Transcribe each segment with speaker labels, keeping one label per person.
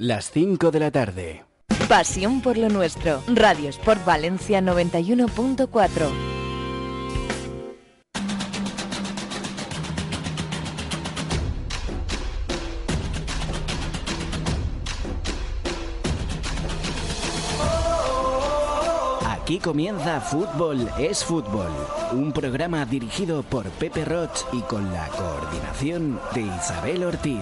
Speaker 1: Las 5 de la tarde.
Speaker 2: Pasión por lo nuestro. Radio Sport Valencia 91.4.
Speaker 1: Aquí comienza Fútbol es Fútbol, un programa dirigido por Pepe Roch y con la coordinación de Isabel Ortiz.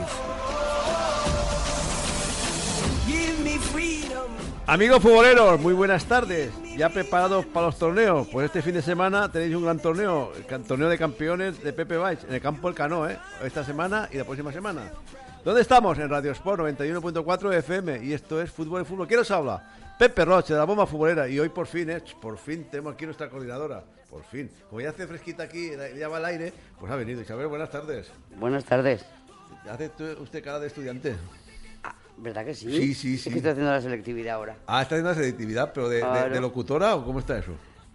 Speaker 3: Amigos futboleros, muy buenas tardes. Ya preparados para los torneos. Pues este fin de semana tenéis un gran torneo, el can- torneo de campeones de Pepe Baix, en el campo El Cano, ¿eh? Esta semana y la próxima semana. ¿Dónde estamos? En Radio Sport 91.4 FM. Y esto es Fútbol y Fútbol. ¿Quién os habla? Pepe Roche, de la bomba futbolera. Y hoy por fin, ¿eh? Por fin tenemos aquí nuestra coordinadora. Por fin. Como ya hace fresquita aquí, ya va el aire, pues ha venido. Isabel, buenas tardes.
Speaker 4: Buenas tardes.
Speaker 3: ¿Hace tú- usted cara de estudiante?
Speaker 4: Ah, ¿Verdad que sí?
Speaker 3: Sí, sí,
Speaker 4: Es
Speaker 3: sí.
Speaker 4: que estoy haciendo la selectividad ahora.
Speaker 3: Ah, está haciendo una selectividad, pero de, de-
Speaker 4: Claro.
Speaker 3: de locutora o cómo está eso?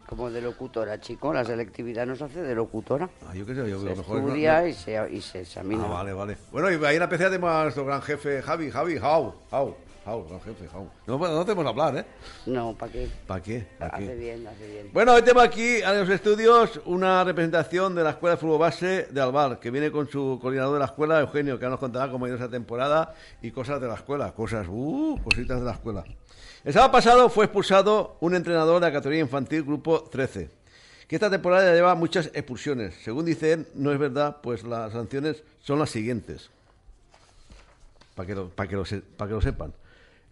Speaker 4: Como de locutora, chico. La selectividad nos hace de locutora.
Speaker 3: Ah, yo qué sé, yo a
Speaker 4: Se
Speaker 3: lo mejor. no-
Speaker 4: estudia
Speaker 3: no-
Speaker 4: y, se, y se examina.
Speaker 3: Ah, vale, vale. Bueno, y ahí en la PC tenemos a nuestro gran jefe Javi, Javi, how, how, how, gran jefe, how. No, bueno, no tenemos que hablar, ¿eh?
Speaker 4: No, ¿para qué?
Speaker 3: ¿Para qué? ¿Para
Speaker 4: Hace
Speaker 3: qué?
Speaker 4: bien, hace bien.
Speaker 3: Bueno, hoy tenemos aquí en los estudios una representación de la Escuela de Fútbol Base de Alvar, que viene con su coordinador de la escuela, Eugenio, que ya nos contará cómo ha ido esa temporada y cosas de la escuela, cosas, uh, cositas de la escuela. El sábado pasado fue expulsado un entrenador de la categoría infantil, grupo 13 que esta temporada ya lleva muchas expulsiones. Según dice él, no es verdad, pues las sanciones son las siguientes. Para que, lo- pa' que, lo se- pa' que lo sepan.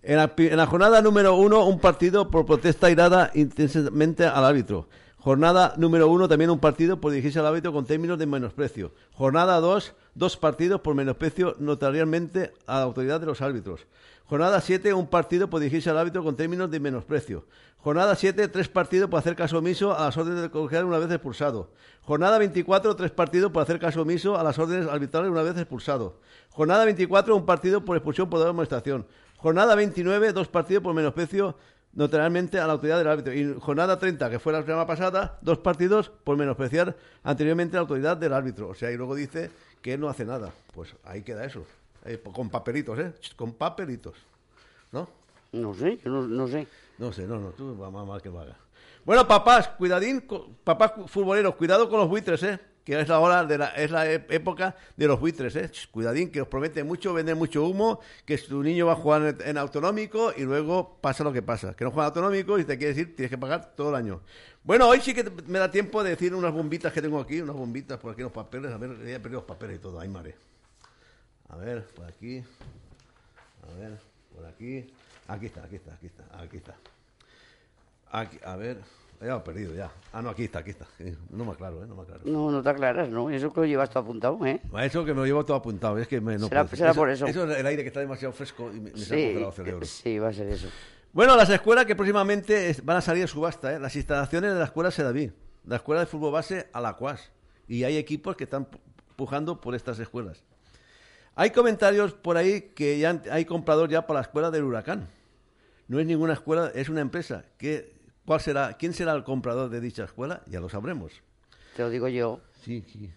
Speaker 3: En la, pi- en la jornada número uno, un partido por protesta irada intensamente al árbitro. Jornada número uno, también un partido por dirigirse al árbitro con términos de menosprecio. Jornada dos, dos partidos por menosprecio notarialmente a la autoridad de los árbitros. Jornada 7, un partido por dirigirse al árbitro con términos de menosprecio. Jornada 7, tres partidos por hacer caso omiso a las órdenes del colegiado una vez expulsado. Jornada 24, tres partidos por hacer caso omiso a las órdenes arbitrales una vez expulsado. Jornada 24, un partido por expulsión por doble amonestación. Jornada 29, dos partidos por menosprecio notarialmente a la autoridad del árbitro. Y jornada 30, que fue la semana pasada, dos partidos por menospreciar anteriormente a la autoridad del árbitro. O sea, y luego dice que él no hace nada. Pues ahí queda eso. Eh, po- con papelitos, ¿eh? Ch, Con papelitos. ¿No?
Speaker 4: No sé, yo no, no sé.
Speaker 3: No sé, no, no, tú va más mal que lo hagas. Bueno, papás, cuidadín, cu- papás cu- futboleros, cuidado con los buitres, ¿eh? Que es la hora de la, es la e- época de los buitres, ¿eh? Ch, Cuidadín, que os promete mucho, vende mucho humo, que tu niño va a jugar en, en autonómico y luego pasa lo que pasa. Que no juega en autonómico y si te quieres ir, tienes que pagar todo el año. Bueno, hoy sí que te- me da tiempo de decir unas bombitas que tengo aquí, unas bombitas por aquí, en los papeles, a ver, ya he perdido los papeles y todo, ahí mare. A ver, por aquí. A ver, por aquí. Aquí está, aquí está, aquí está, aquí está. Aquí, a ver, ya lo he perdido ya. Ah, no, aquí está, aquí está. Eh, No me aclaro, eh, no me aclaro.
Speaker 4: No, no te aclaras, ¿no? Eso que lo llevas tú apuntado, ¿eh?
Speaker 3: Va, Eso que me lo llevo todo apuntado, es que me, no
Speaker 4: Será-
Speaker 3: puedo.
Speaker 4: será por eso.
Speaker 3: Eso es el aire que está demasiado fresco y me, me se ha
Speaker 4: sí,
Speaker 3: congelado el cerebro.
Speaker 4: sí, va a ser eso.
Speaker 3: Bueno, las escuelas que próximamente es- van a salir a subasta, ¿eh? las instalaciones de la escuela Sedaví, la escuela de fútbol base Alacuas. Y hay equipos que están pu- pujando por estas escuelas. Hay comentarios por ahí que ya han- hay comprador ya para la escuela del huracán. No es ninguna escuela, es una empresa. ¿Qué, cuál será, ¿Quién será el comprador de dicha escuela? Ya lo sabremos.
Speaker 4: Te lo digo yo.
Speaker 3: Sí, sí.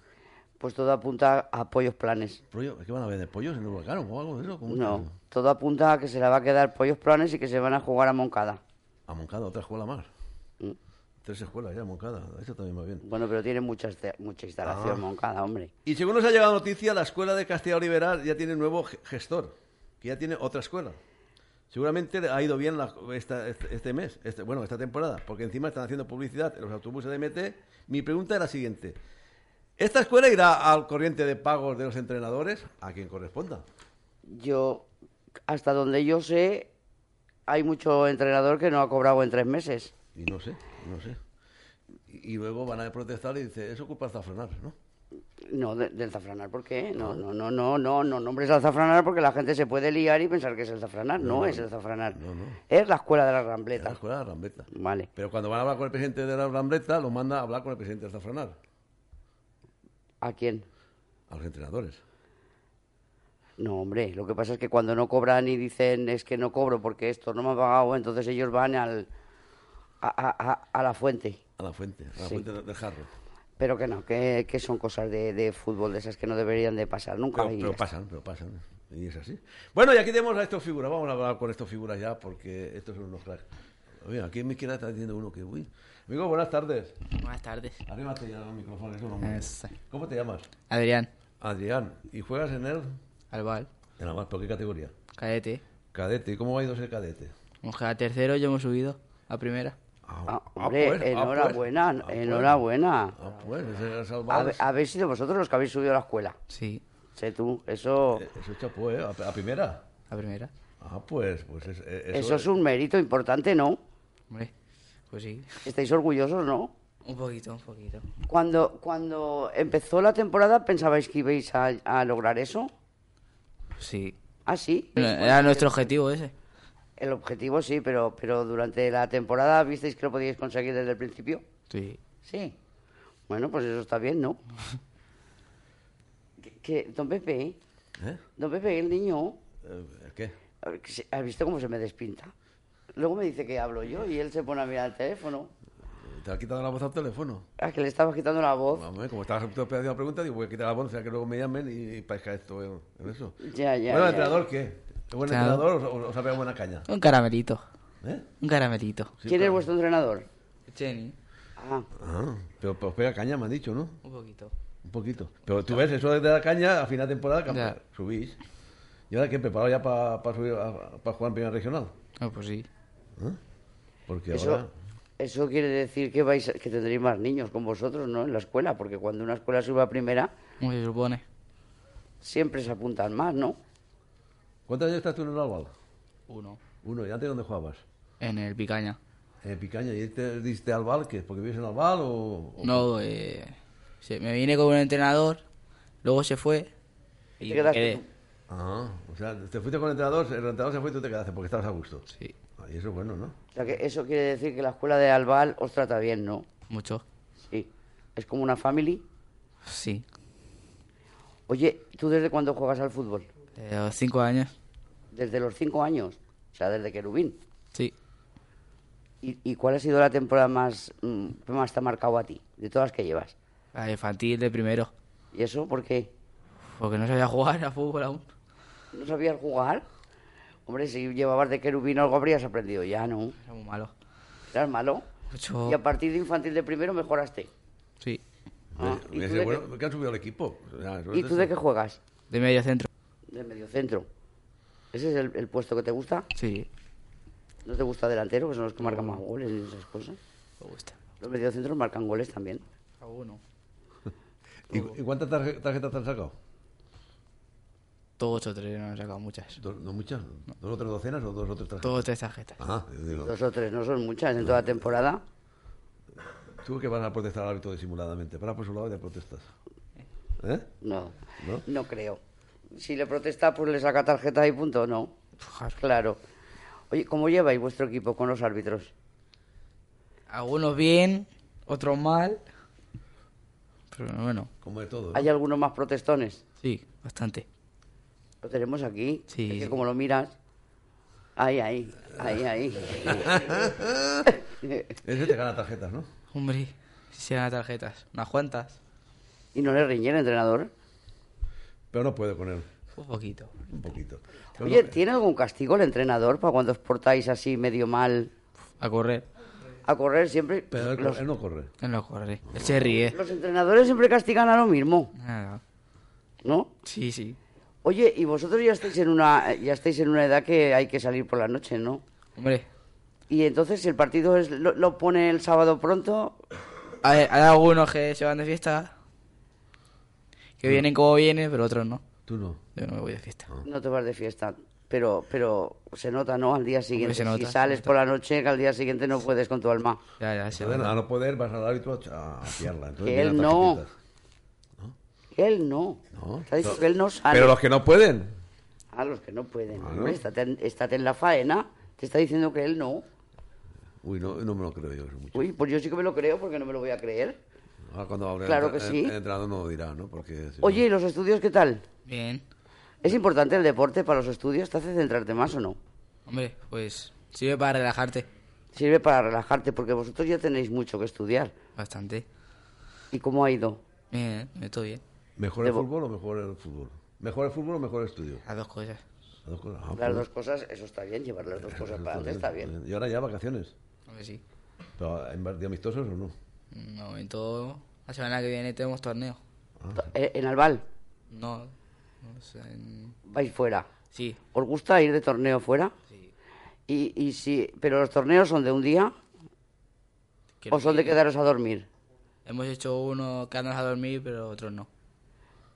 Speaker 4: Pues todo apunta a Pollos Planes.
Speaker 3: Pollo- ¿Qué van a vender? ¿Pollos en el huracán o algo de eso? ¿Cómo
Speaker 4: No,
Speaker 3: que-
Speaker 4: todo apunta a que se la va a quedar Pollos Planes y que se van a jugar a Moncada.
Speaker 3: A Moncada, otra escuela más.
Speaker 4: Mm.
Speaker 3: Tres escuelas ya, a Moncada. Eso también va bien.
Speaker 4: Bueno, pero tiene mucha, este- mucha instalación
Speaker 3: Ah.
Speaker 4: Moncada, hombre.
Speaker 3: Y según nos ha llegado noticia, la escuela de Castilla Oliveral ya tiene nuevo ge- gestor, que ya tiene otra escuela. Seguramente le ha ido bien la- esta- este, este mes, este- bueno, esta temporada, porque encima están haciendo publicidad en los autobuses de MT. Mi pregunta es la siguiente. ¿Esta escuela irá al corriente de pagos de los entrenadores? A quien corresponda.
Speaker 4: Yo, hasta donde yo sé, hay mucho entrenador que no ha cobrado en tres meses.
Speaker 3: Y no sé, no sé. Y, y luego van a protestar y dice, eso culpa de Zafranar, ¿no?
Speaker 4: No, de- del zafranar, ¿por qué?
Speaker 3: Ah.
Speaker 4: No, no, no, no, no, no nombres al zafranar porque la gente se puede liar y pensar que es el zafranar. No, es el zafranar.
Speaker 3: no, no.
Speaker 4: Es la escuela de la
Speaker 3: Es la
Speaker 4: rambleta.
Speaker 3: escuela de la Rambleta.
Speaker 4: Vale.
Speaker 3: Pero cuando van a hablar con el presidente de la Rambleta, los manda a hablar con el presidente de Zafranar,
Speaker 4: ¿A quién?
Speaker 3: a los entrenadores.
Speaker 4: No, hombre, lo que pasa es que cuando no cobran y dicen es que no cobro porque esto no me ha pagado, entonces ellos van al, a, a- a- a la fuente.
Speaker 3: A la fuente, a la
Speaker 4: Sí.
Speaker 3: fuente de- del jarro.
Speaker 4: Pero que no, que, que son cosas de, de fútbol de esas que no deberían de pasar nunca.
Speaker 3: Pero, Ah,
Speaker 4: y
Speaker 3: pero
Speaker 4: ya está.
Speaker 3: pasan, pero pasan. Y es así. Bueno, y aquí tenemos a estos figuras. Vamos a hablar con estos figuras ya, porque estos son unos cracks. Mira, aquí en mi izquierda está diciendo uno que, uy. Amigo, buenas tardes.
Speaker 5: Buenas tardes.
Speaker 3: Arrímate ya los micrófonos. eso no-
Speaker 5: Eso.
Speaker 3: ¿Cómo te llamas?
Speaker 5: Adrián,
Speaker 3: Adrián. ¿Y juegas en el?
Speaker 5: Albal,
Speaker 3: En la más, ¿pero qué categoría?
Speaker 5: cadete.
Speaker 3: Cadete. ¿Y cómo va ido ser cadete?
Speaker 5: Hemos quedado tercero y hemos subido a primera.
Speaker 4: Ah, hombre,
Speaker 3: pues,
Speaker 4: enhorabuena, enhorabuena.
Speaker 3: Ah, pues, ese es
Speaker 4: Habe-
Speaker 3: salvado.
Speaker 4: habéis sido vosotros los que habéis subido a la escuela.
Speaker 5: Sí,
Speaker 4: Sé tú, eso,
Speaker 3: Eh, Eso es chapó, ¿eh? A, a primera.
Speaker 5: a primera.
Speaker 3: Ah, pues, pues es- eh, eso,
Speaker 4: eso es un mérito importante, ¿no?
Speaker 5: Hombre, pues sí.
Speaker 4: Estáis orgullosos, ¿no?
Speaker 5: Un poquito, un poquito.
Speaker 4: Cuando, cuando empezó la temporada, ¿pensabais que ibais a, a lograr eso?
Speaker 5: Sí.
Speaker 4: Ah, sí. eh,
Speaker 5: Era nuestro objetivo ese.
Speaker 4: El objetivo sí, pero, pero durante la temporada visteis que lo podíais conseguir desde el principio.
Speaker 5: Sí.
Speaker 4: Sí. Bueno, pues eso está bien, ¿no? que, que- don Pepe,
Speaker 3: ¿Eh?
Speaker 4: don Pepe, el niño,
Speaker 3: Eh, ¿Qué?
Speaker 4: a ver, que se- ¿has visto cómo se me despinta? Luego me dice que hablo yo y él se pone a mirar el teléfono.
Speaker 3: ¿Te ha quitado la voz al teléfono?
Speaker 4: Ah, que le estaba quitando la voz.
Speaker 3: Vamos, eh, como estabas haciendo la pregunta, digo, voy a quitar la voz, o sea, que luego me llamen y, y parezca esto en, en eso.
Speaker 4: Ya, ya,
Speaker 3: bueno,
Speaker 4: ya.
Speaker 3: entrenador, ¿qué? ¿Es buen
Speaker 5: Claro.
Speaker 3: entrenador o, o, o sabe a buena caña?
Speaker 5: Un caramelito.
Speaker 3: ¿Eh?
Speaker 5: Un caramelito.
Speaker 3: Sí,
Speaker 4: ¿Quién es
Speaker 3: claro.
Speaker 4: vuestro entrenador?
Speaker 5: Jenny.
Speaker 4: Ah,
Speaker 3: Ah, pero, pero pega caña, me han dicho, ¿no?
Speaker 5: Un poquito.
Speaker 3: Un poquito. Pero tú ves, eso de la caña, a final de temporada, campeón,
Speaker 5: Ya.
Speaker 3: subís. ¿Y ahora qué? ¿Preparado ya para subir a- para jugar en primera regional? ¿Ah?
Speaker 5: Ah, pues sí.
Speaker 3: Porque ahora...
Speaker 4: eso, eso quiere decir que vais a- que tendréis más niños con vosotros, ¿no? En la escuela, porque cuando una escuela sube a primera,
Speaker 5: Como se supone.
Speaker 4: siempre se apuntan más, ¿no?
Speaker 3: ¿Cuántos años estás tú en el Albal?
Speaker 5: Uno.
Speaker 3: Uno. ¿Y antes dónde jugabas?
Speaker 5: En el Picaña.
Speaker 3: En Picaña. ¿Y te diste Albal? ¿Qué? ¿Porque vives en Albal o...? o-
Speaker 5: No, eh, se- me vine con un entrenador, luego se fue y
Speaker 4: Te
Speaker 5: me
Speaker 4: quedaste
Speaker 5: quedé.
Speaker 4: tú.
Speaker 3: Ah, o sea, te fuiste con el entrenador, el entrenador se fue y tú te quedaste porque estabas a gusto.
Speaker 5: Sí,
Speaker 3: Ah, y eso es bueno, ¿no?
Speaker 4: O sea, que eso quiere decir que la escuela de Albal os trata bien, ¿no?
Speaker 5: mucho.
Speaker 4: Sí. Es como una family.
Speaker 5: Sí,
Speaker 4: Oye, ¿tú desde cuándo juegas al fútbol?
Speaker 5: de los cinco años.
Speaker 4: Desde los cinco años. O sea, desde querubín.
Speaker 5: Sí,
Speaker 4: ¿Y, y cuál ha sido la temporada más, mm, que más te ha marcado a ti? De todas las que llevas.
Speaker 5: la infantil de primero,
Speaker 4: ¿Y eso por qué?
Speaker 5: porque no sabía jugar a fútbol aún.
Speaker 4: ¿No sabías jugar? Hombre, si llevabas de querubín algo habrías aprendido ya, ¿no?
Speaker 5: Era muy malo.
Speaker 4: Eras malo.
Speaker 5: Mucho.
Speaker 4: Y a partir de infantil de primero mejoraste.
Speaker 5: Sí,
Speaker 4: Ah,
Speaker 3: Me-
Speaker 4: ¿y,
Speaker 3: me
Speaker 4: tú
Speaker 3: dice,
Speaker 4: de
Speaker 3: bueno, que han subido al equipo. O sea,
Speaker 5: Pues
Speaker 4: qué, ¿Y tú de qué juegas?
Speaker 5: de medio centro.
Speaker 4: De mediocentro. ¿Ese es el, el puesto que te gusta?
Speaker 5: Sí,
Speaker 4: ¿No te gusta delantero, que son los que marcan más goles y esas cosas?
Speaker 5: me gusta.
Speaker 4: Los mediocentros marcan goles también.
Speaker 5: A uno.
Speaker 3: ¿Y, y cuántas tarje- tarjetas te han sacado?
Speaker 5: Todos ocho tres, no he sacado muchas.
Speaker 3: ¿Dos- ¿No muchas? ¿Dos o tres docenas o dos o tres tarjetas?
Speaker 5: Todos tres tarjetas.
Speaker 3: Ah, yo digo,
Speaker 4: Dos o tres, no son muchas en toda la temporada.
Speaker 3: tú que vas a protestar al árbitro disimuladamente. Vas por su lado y le protestas. ¿Eh?
Speaker 4: No,
Speaker 3: ¿No?
Speaker 4: no, creo. Si le protesta, pues le saca tarjeta y punto, no.
Speaker 5: Claro.
Speaker 4: Claro. Oye, ¿cómo lleváis vuestro equipo con los árbitros?
Speaker 5: Algunos bien, otros mal. Pero bueno,
Speaker 3: Como de todo. ¿no?
Speaker 4: ¿Hay algunos más protestones?
Speaker 5: sí, bastante.
Speaker 4: Lo tenemos aquí.
Speaker 5: Sí,
Speaker 4: Es que
Speaker 5: sí.
Speaker 4: como lo miras. Ahí, ahí, ahí, ahí.
Speaker 3: Ese te gana tarjetas, ¿no?
Speaker 5: Hombre, si eran tarjetas, unas cuantas.
Speaker 4: ¿Y no le riñe el entrenador?
Speaker 3: Pero no puedo con él.
Speaker 5: Un poquito.
Speaker 3: Un poquito. Pero
Speaker 4: Oye,
Speaker 3: no-
Speaker 4: ¿tiene algún castigo el entrenador para cuando os portáis así medio mal?
Speaker 5: A correr.
Speaker 4: A correr siempre.
Speaker 3: pero él,
Speaker 4: Los,
Speaker 3: él no corre.
Speaker 5: Él no corre. Él se ríe.
Speaker 4: los entrenadores siempre castigan a lo mismo,
Speaker 5: Nada.
Speaker 4: ¿no?
Speaker 5: Sí, sí.
Speaker 4: Oye, y vosotros ya estáis en una ya estáis en una edad que hay que salir por la noche, ¿no?
Speaker 5: Hombre,
Speaker 4: Y entonces si el partido es- lo, lo pone el sábado pronto,
Speaker 5: a ver, hay algunos que se van de fiesta. Que vienen como vienen, pero otros no.
Speaker 3: Mm. Tú no.
Speaker 5: Yo no me voy de fiesta.
Speaker 4: no te vas de fiesta. Pero, pero se nota, ¿no? Al día siguiente.
Speaker 5: se nota,
Speaker 4: si
Speaker 5: se
Speaker 4: sales
Speaker 5: nota.
Speaker 4: por la noche, que al día siguiente no puedes con tu alma.
Speaker 5: Ya, ya, se
Speaker 3: Entonces,
Speaker 5: nota.
Speaker 3: a no poder, vas al árbitro a a fiarla. Entonces,
Speaker 4: Que él
Speaker 3: vienen las
Speaker 4: no.
Speaker 3: tarjetitas.
Speaker 4: Él no.
Speaker 3: No.
Speaker 4: Te ha dicho que él no sale.
Speaker 3: Pero los que no pueden.
Speaker 4: A los que no pueden.
Speaker 3: Claro.
Speaker 4: Hombre, estate, en- estate en la faena. Te está diciendo que él no.
Speaker 3: Uy, no, no me lo creo yo. eso mucho.
Speaker 4: Uy, pues yo sí que me lo creo porque no me lo voy a creer.
Speaker 3: Ahora cuando hable
Speaker 4: Claro
Speaker 3: el,
Speaker 4: que
Speaker 3: el-
Speaker 4: sí.
Speaker 3: el entrenador no lo dirá, ¿no? Porque si no-
Speaker 4: Oye, ¿y los estudios qué tal?
Speaker 5: Bien.
Speaker 4: ¿Es importante el deporte para los estudios? ¿Te hace centrarte más o no?
Speaker 5: Hombre, pues sirve para relajarte.
Speaker 4: Sirve para relajarte porque vosotros ya tenéis mucho que estudiar.
Speaker 5: Bastante.
Speaker 4: ¿Y cómo ha ido?
Speaker 5: Bien, ¿eh? me todo bien.
Speaker 3: ¿Mejor el
Speaker 4: Debo-
Speaker 3: fútbol o mejor el fútbol? ¿Mejor el fútbol o mejor el estudio?
Speaker 5: Las dos cosas.
Speaker 3: Las dos cosas. Ah,
Speaker 4: Las
Speaker 3: pues,
Speaker 4: dos cosas, eso está bien, llevar las dos cosas
Speaker 3: eso
Speaker 4: para adelante está bien.
Speaker 3: Y ahora ya vacaciones.
Speaker 5: Hombre, sí.
Speaker 3: Pero, ¿En bar- de amistosos o no?
Speaker 5: De momento, la semana que viene tenemos torneo.
Speaker 4: Eh, En Albal,
Speaker 5: No, no sé. en-
Speaker 4: vais fuera.
Speaker 5: Sí,
Speaker 4: ¿Os gusta ir de torneo fuera?
Speaker 5: sí.
Speaker 4: Y, y si, ¿Pero los torneos son de un día
Speaker 5: Creo
Speaker 4: o son de
Speaker 5: que
Speaker 4: quedaros a dormir?
Speaker 5: Hemos hecho uno quedarnos a dormir, pero otros no.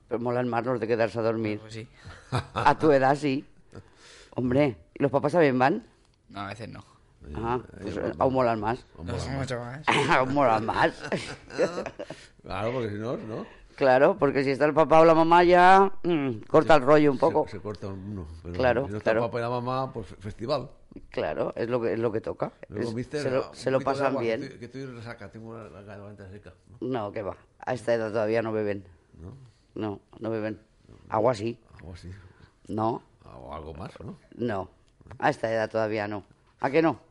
Speaker 4: Pero molan más los de quedarse a dormir.
Speaker 5: Pues sí.
Speaker 4: A tu edad, sí. Hombre, ¿y los papás también van?
Speaker 5: No, a veces no.
Speaker 4: Ah, pues eh, aún molan más.
Speaker 5: No sé mucho más.
Speaker 4: aún molan más.
Speaker 3: Claro, porque si no, ¿no?
Speaker 4: claro, porque si está el papá o la mamá ya mm, corta el rollo un poco.
Speaker 3: Se, se corta uno. Pero
Speaker 4: Claro,
Speaker 3: Si no está
Speaker 4: claro.
Speaker 3: papá y la mamá, pues fe- festival.
Speaker 4: Claro, es lo que, es lo que toca.
Speaker 3: Luego,
Speaker 4: Es-
Speaker 3: mister, ah,
Speaker 4: se
Speaker 3: un
Speaker 4: lo, se
Speaker 3: poquito
Speaker 4: lo
Speaker 3: de
Speaker 4: pasan
Speaker 3: agua,
Speaker 4: bien.
Speaker 3: Que estoy, que estoy resaca, tengo la, la garganta seca. ¿no?
Speaker 4: No, que va. A esta edad todavía no beben.
Speaker 3: ¿No?
Speaker 4: No, no beben. Agua sí.
Speaker 3: Algo así.
Speaker 4: No,
Speaker 3: Ah, O algo más, ¿no?
Speaker 4: no. A esta edad todavía no. ¿A qué no?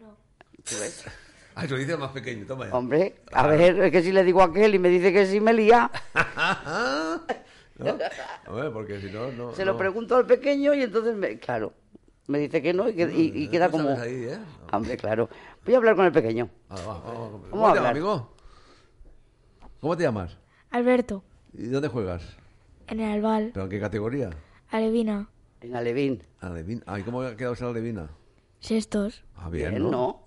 Speaker 4: No. ¿Tú ves?
Speaker 3: Ah, eso lo dice el más pequeño, toma ya.
Speaker 4: Hombre, a ver, es que si le digo a aquel y me dice que sí me lía,
Speaker 3: ¿No? Hombre, porque si no, no.
Speaker 4: se
Speaker 3: no.
Speaker 4: lo pregunto al pequeño y entonces, me, claro, me dice que no y, que- y- y
Speaker 3: No
Speaker 4: queda
Speaker 3: sabes
Speaker 4: como...
Speaker 3: ahí, ¿eh?
Speaker 4: Hombre, claro. Voy a hablar con el pequeño.
Speaker 3: Ah, va, vamos, vamos. ¿Cómo
Speaker 4: Vamos a
Speaker 3: te llamas,
Speaker 4: hablar.
Speaker 3: amigo? ¿Cómo te llamas?
Speaker 6: Alberto,
Speaker 3: ¿Y dónde juegas?
Speaker 6: en el Albal,
Speaker 3: ¿Pero en qué categoría?
Speaker 6: Alevina,
Speaker 4: En Alevín.
Speaker 3: Alevina. Ah, ¿y cómo ha quedado esa Alevina?
Speaker 6: sextos.
Speaker 3: Ah, bien,
Speaker 4: Bien,
Speaker 3: ¿no?
Speaker 4: ¿no?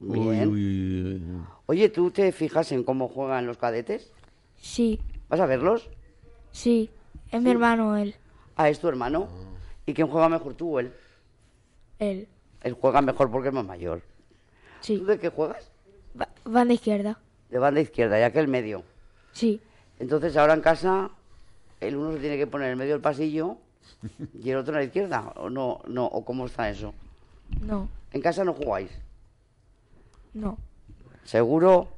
Speaker 3: Uy,
Speaker 4: Bien.
Speaker 3: uy, uy, uy.
Speaker 4: Oye, ¿tú te fijas en cómo juegan los cadetes?
Speaker 6: Sí,
Speaker 4: ¿Vas a verlos?
Speaker 6: sí, es mi hermano él,
Speaker 4: Ah, es tu hermano. ¿Y quién juega mejor tú o él?
Speaker 6: él,
Speaker 4: Él juega mejor porque es más mayor.
Speaker 6: sí.
Speaker 4: ¿Tú de qué juegas?
Speaker 6: Va- van de izquierda,
Speaker 4: De banda izquierda, ya que el medio.
Speaker 6: sí,
Speaker 4: Entonces ahora en casa el uno se tiene que poner en medio del pasillo y el otro en la izquierda. ¿O no, no? ¿O cómo está eso?
Speaker 6: no,
Speaker 4: En casa no jugáis.
Speaker 6: no.
Speaker 4: Seguro.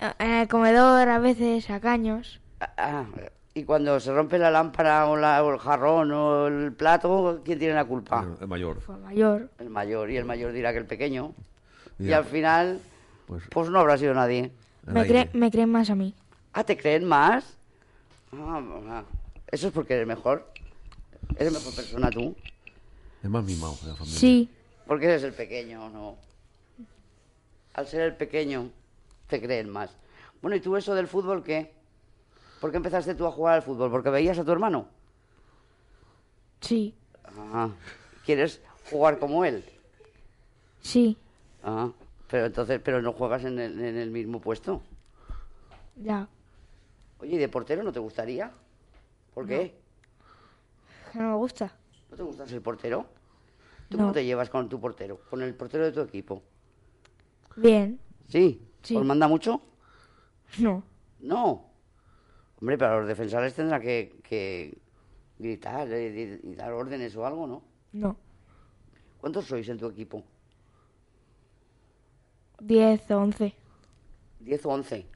Speaker 6: Eh, En el comedor a veces a caños,
Speaker 4: Ah, ah, y cuando se rompe la lámpara o, la- o el jarrón o el plato, ¿quién tiene la culpa?
Speaker 3: El mayor.
Speaker 6: fue mayor,
Speaker 4: El mayor. Y el mayor dirá que el pequeño. Y
Speaker 3: Ya.
Speaker 4: al final,
Speaker 3: Pues
Speaker 4: pues no habrá sido nadie.
Speaker 3: el
Speaker 6: me,
Speaker 3: aire.
Speaker 6: creen- me creen más a mí,
Speaker 4: Ah, ¿te creen más? Ah, ah. Eso es porque eres mejor. Eres mejor persona tú.
Speaker 3: Es más mimado de la familia.
Speaker 6: sí,
Speaker 4: Porque eres el pequeño, ¿no? Al ser el pequeño, te creen más. Bueno, ¿y tú eso del fútbol qué? ¿Por qué empezaste tú a jugar al fútbol? ¿Porque veías a tu hermano?
Speaker 6: sí,
Speaker 4: Ah, ¿Quieres jugar como él?
Speaker 6: sí,
Speaker 4: Ah, pero entonces, pero no juegas en el, en el mismo puesto.
Speaker 6: ya.
Speaker 4: Oye, ¿y de portero no te gustaría? ¿Por qué?
Speaker 6: Que no me gusta,
Speaker 4: ¿No, te gusta ser portero? ¿Tú
Speaker 6: No.
Speaker 4: cómo te llevas con tu portero? Con el portero de tu equipo.
Speaker 6: bien,
Speaker 4: ¿Sí?
Speaker 6: Sí.
Speaker 4: ¿Os manda mucho?
Speaker 6: no,
Speaker 4: No. Hombre, para los defensores tendrá que, que gritar eh, y, y dar órdenes o algo, ¿no?
Speaker 6: no.
Speaker 4: ¿Cuántos sois en tu equipo?
Speaker 6: 10 o 11,
Speaker 4: ¿Diez o once?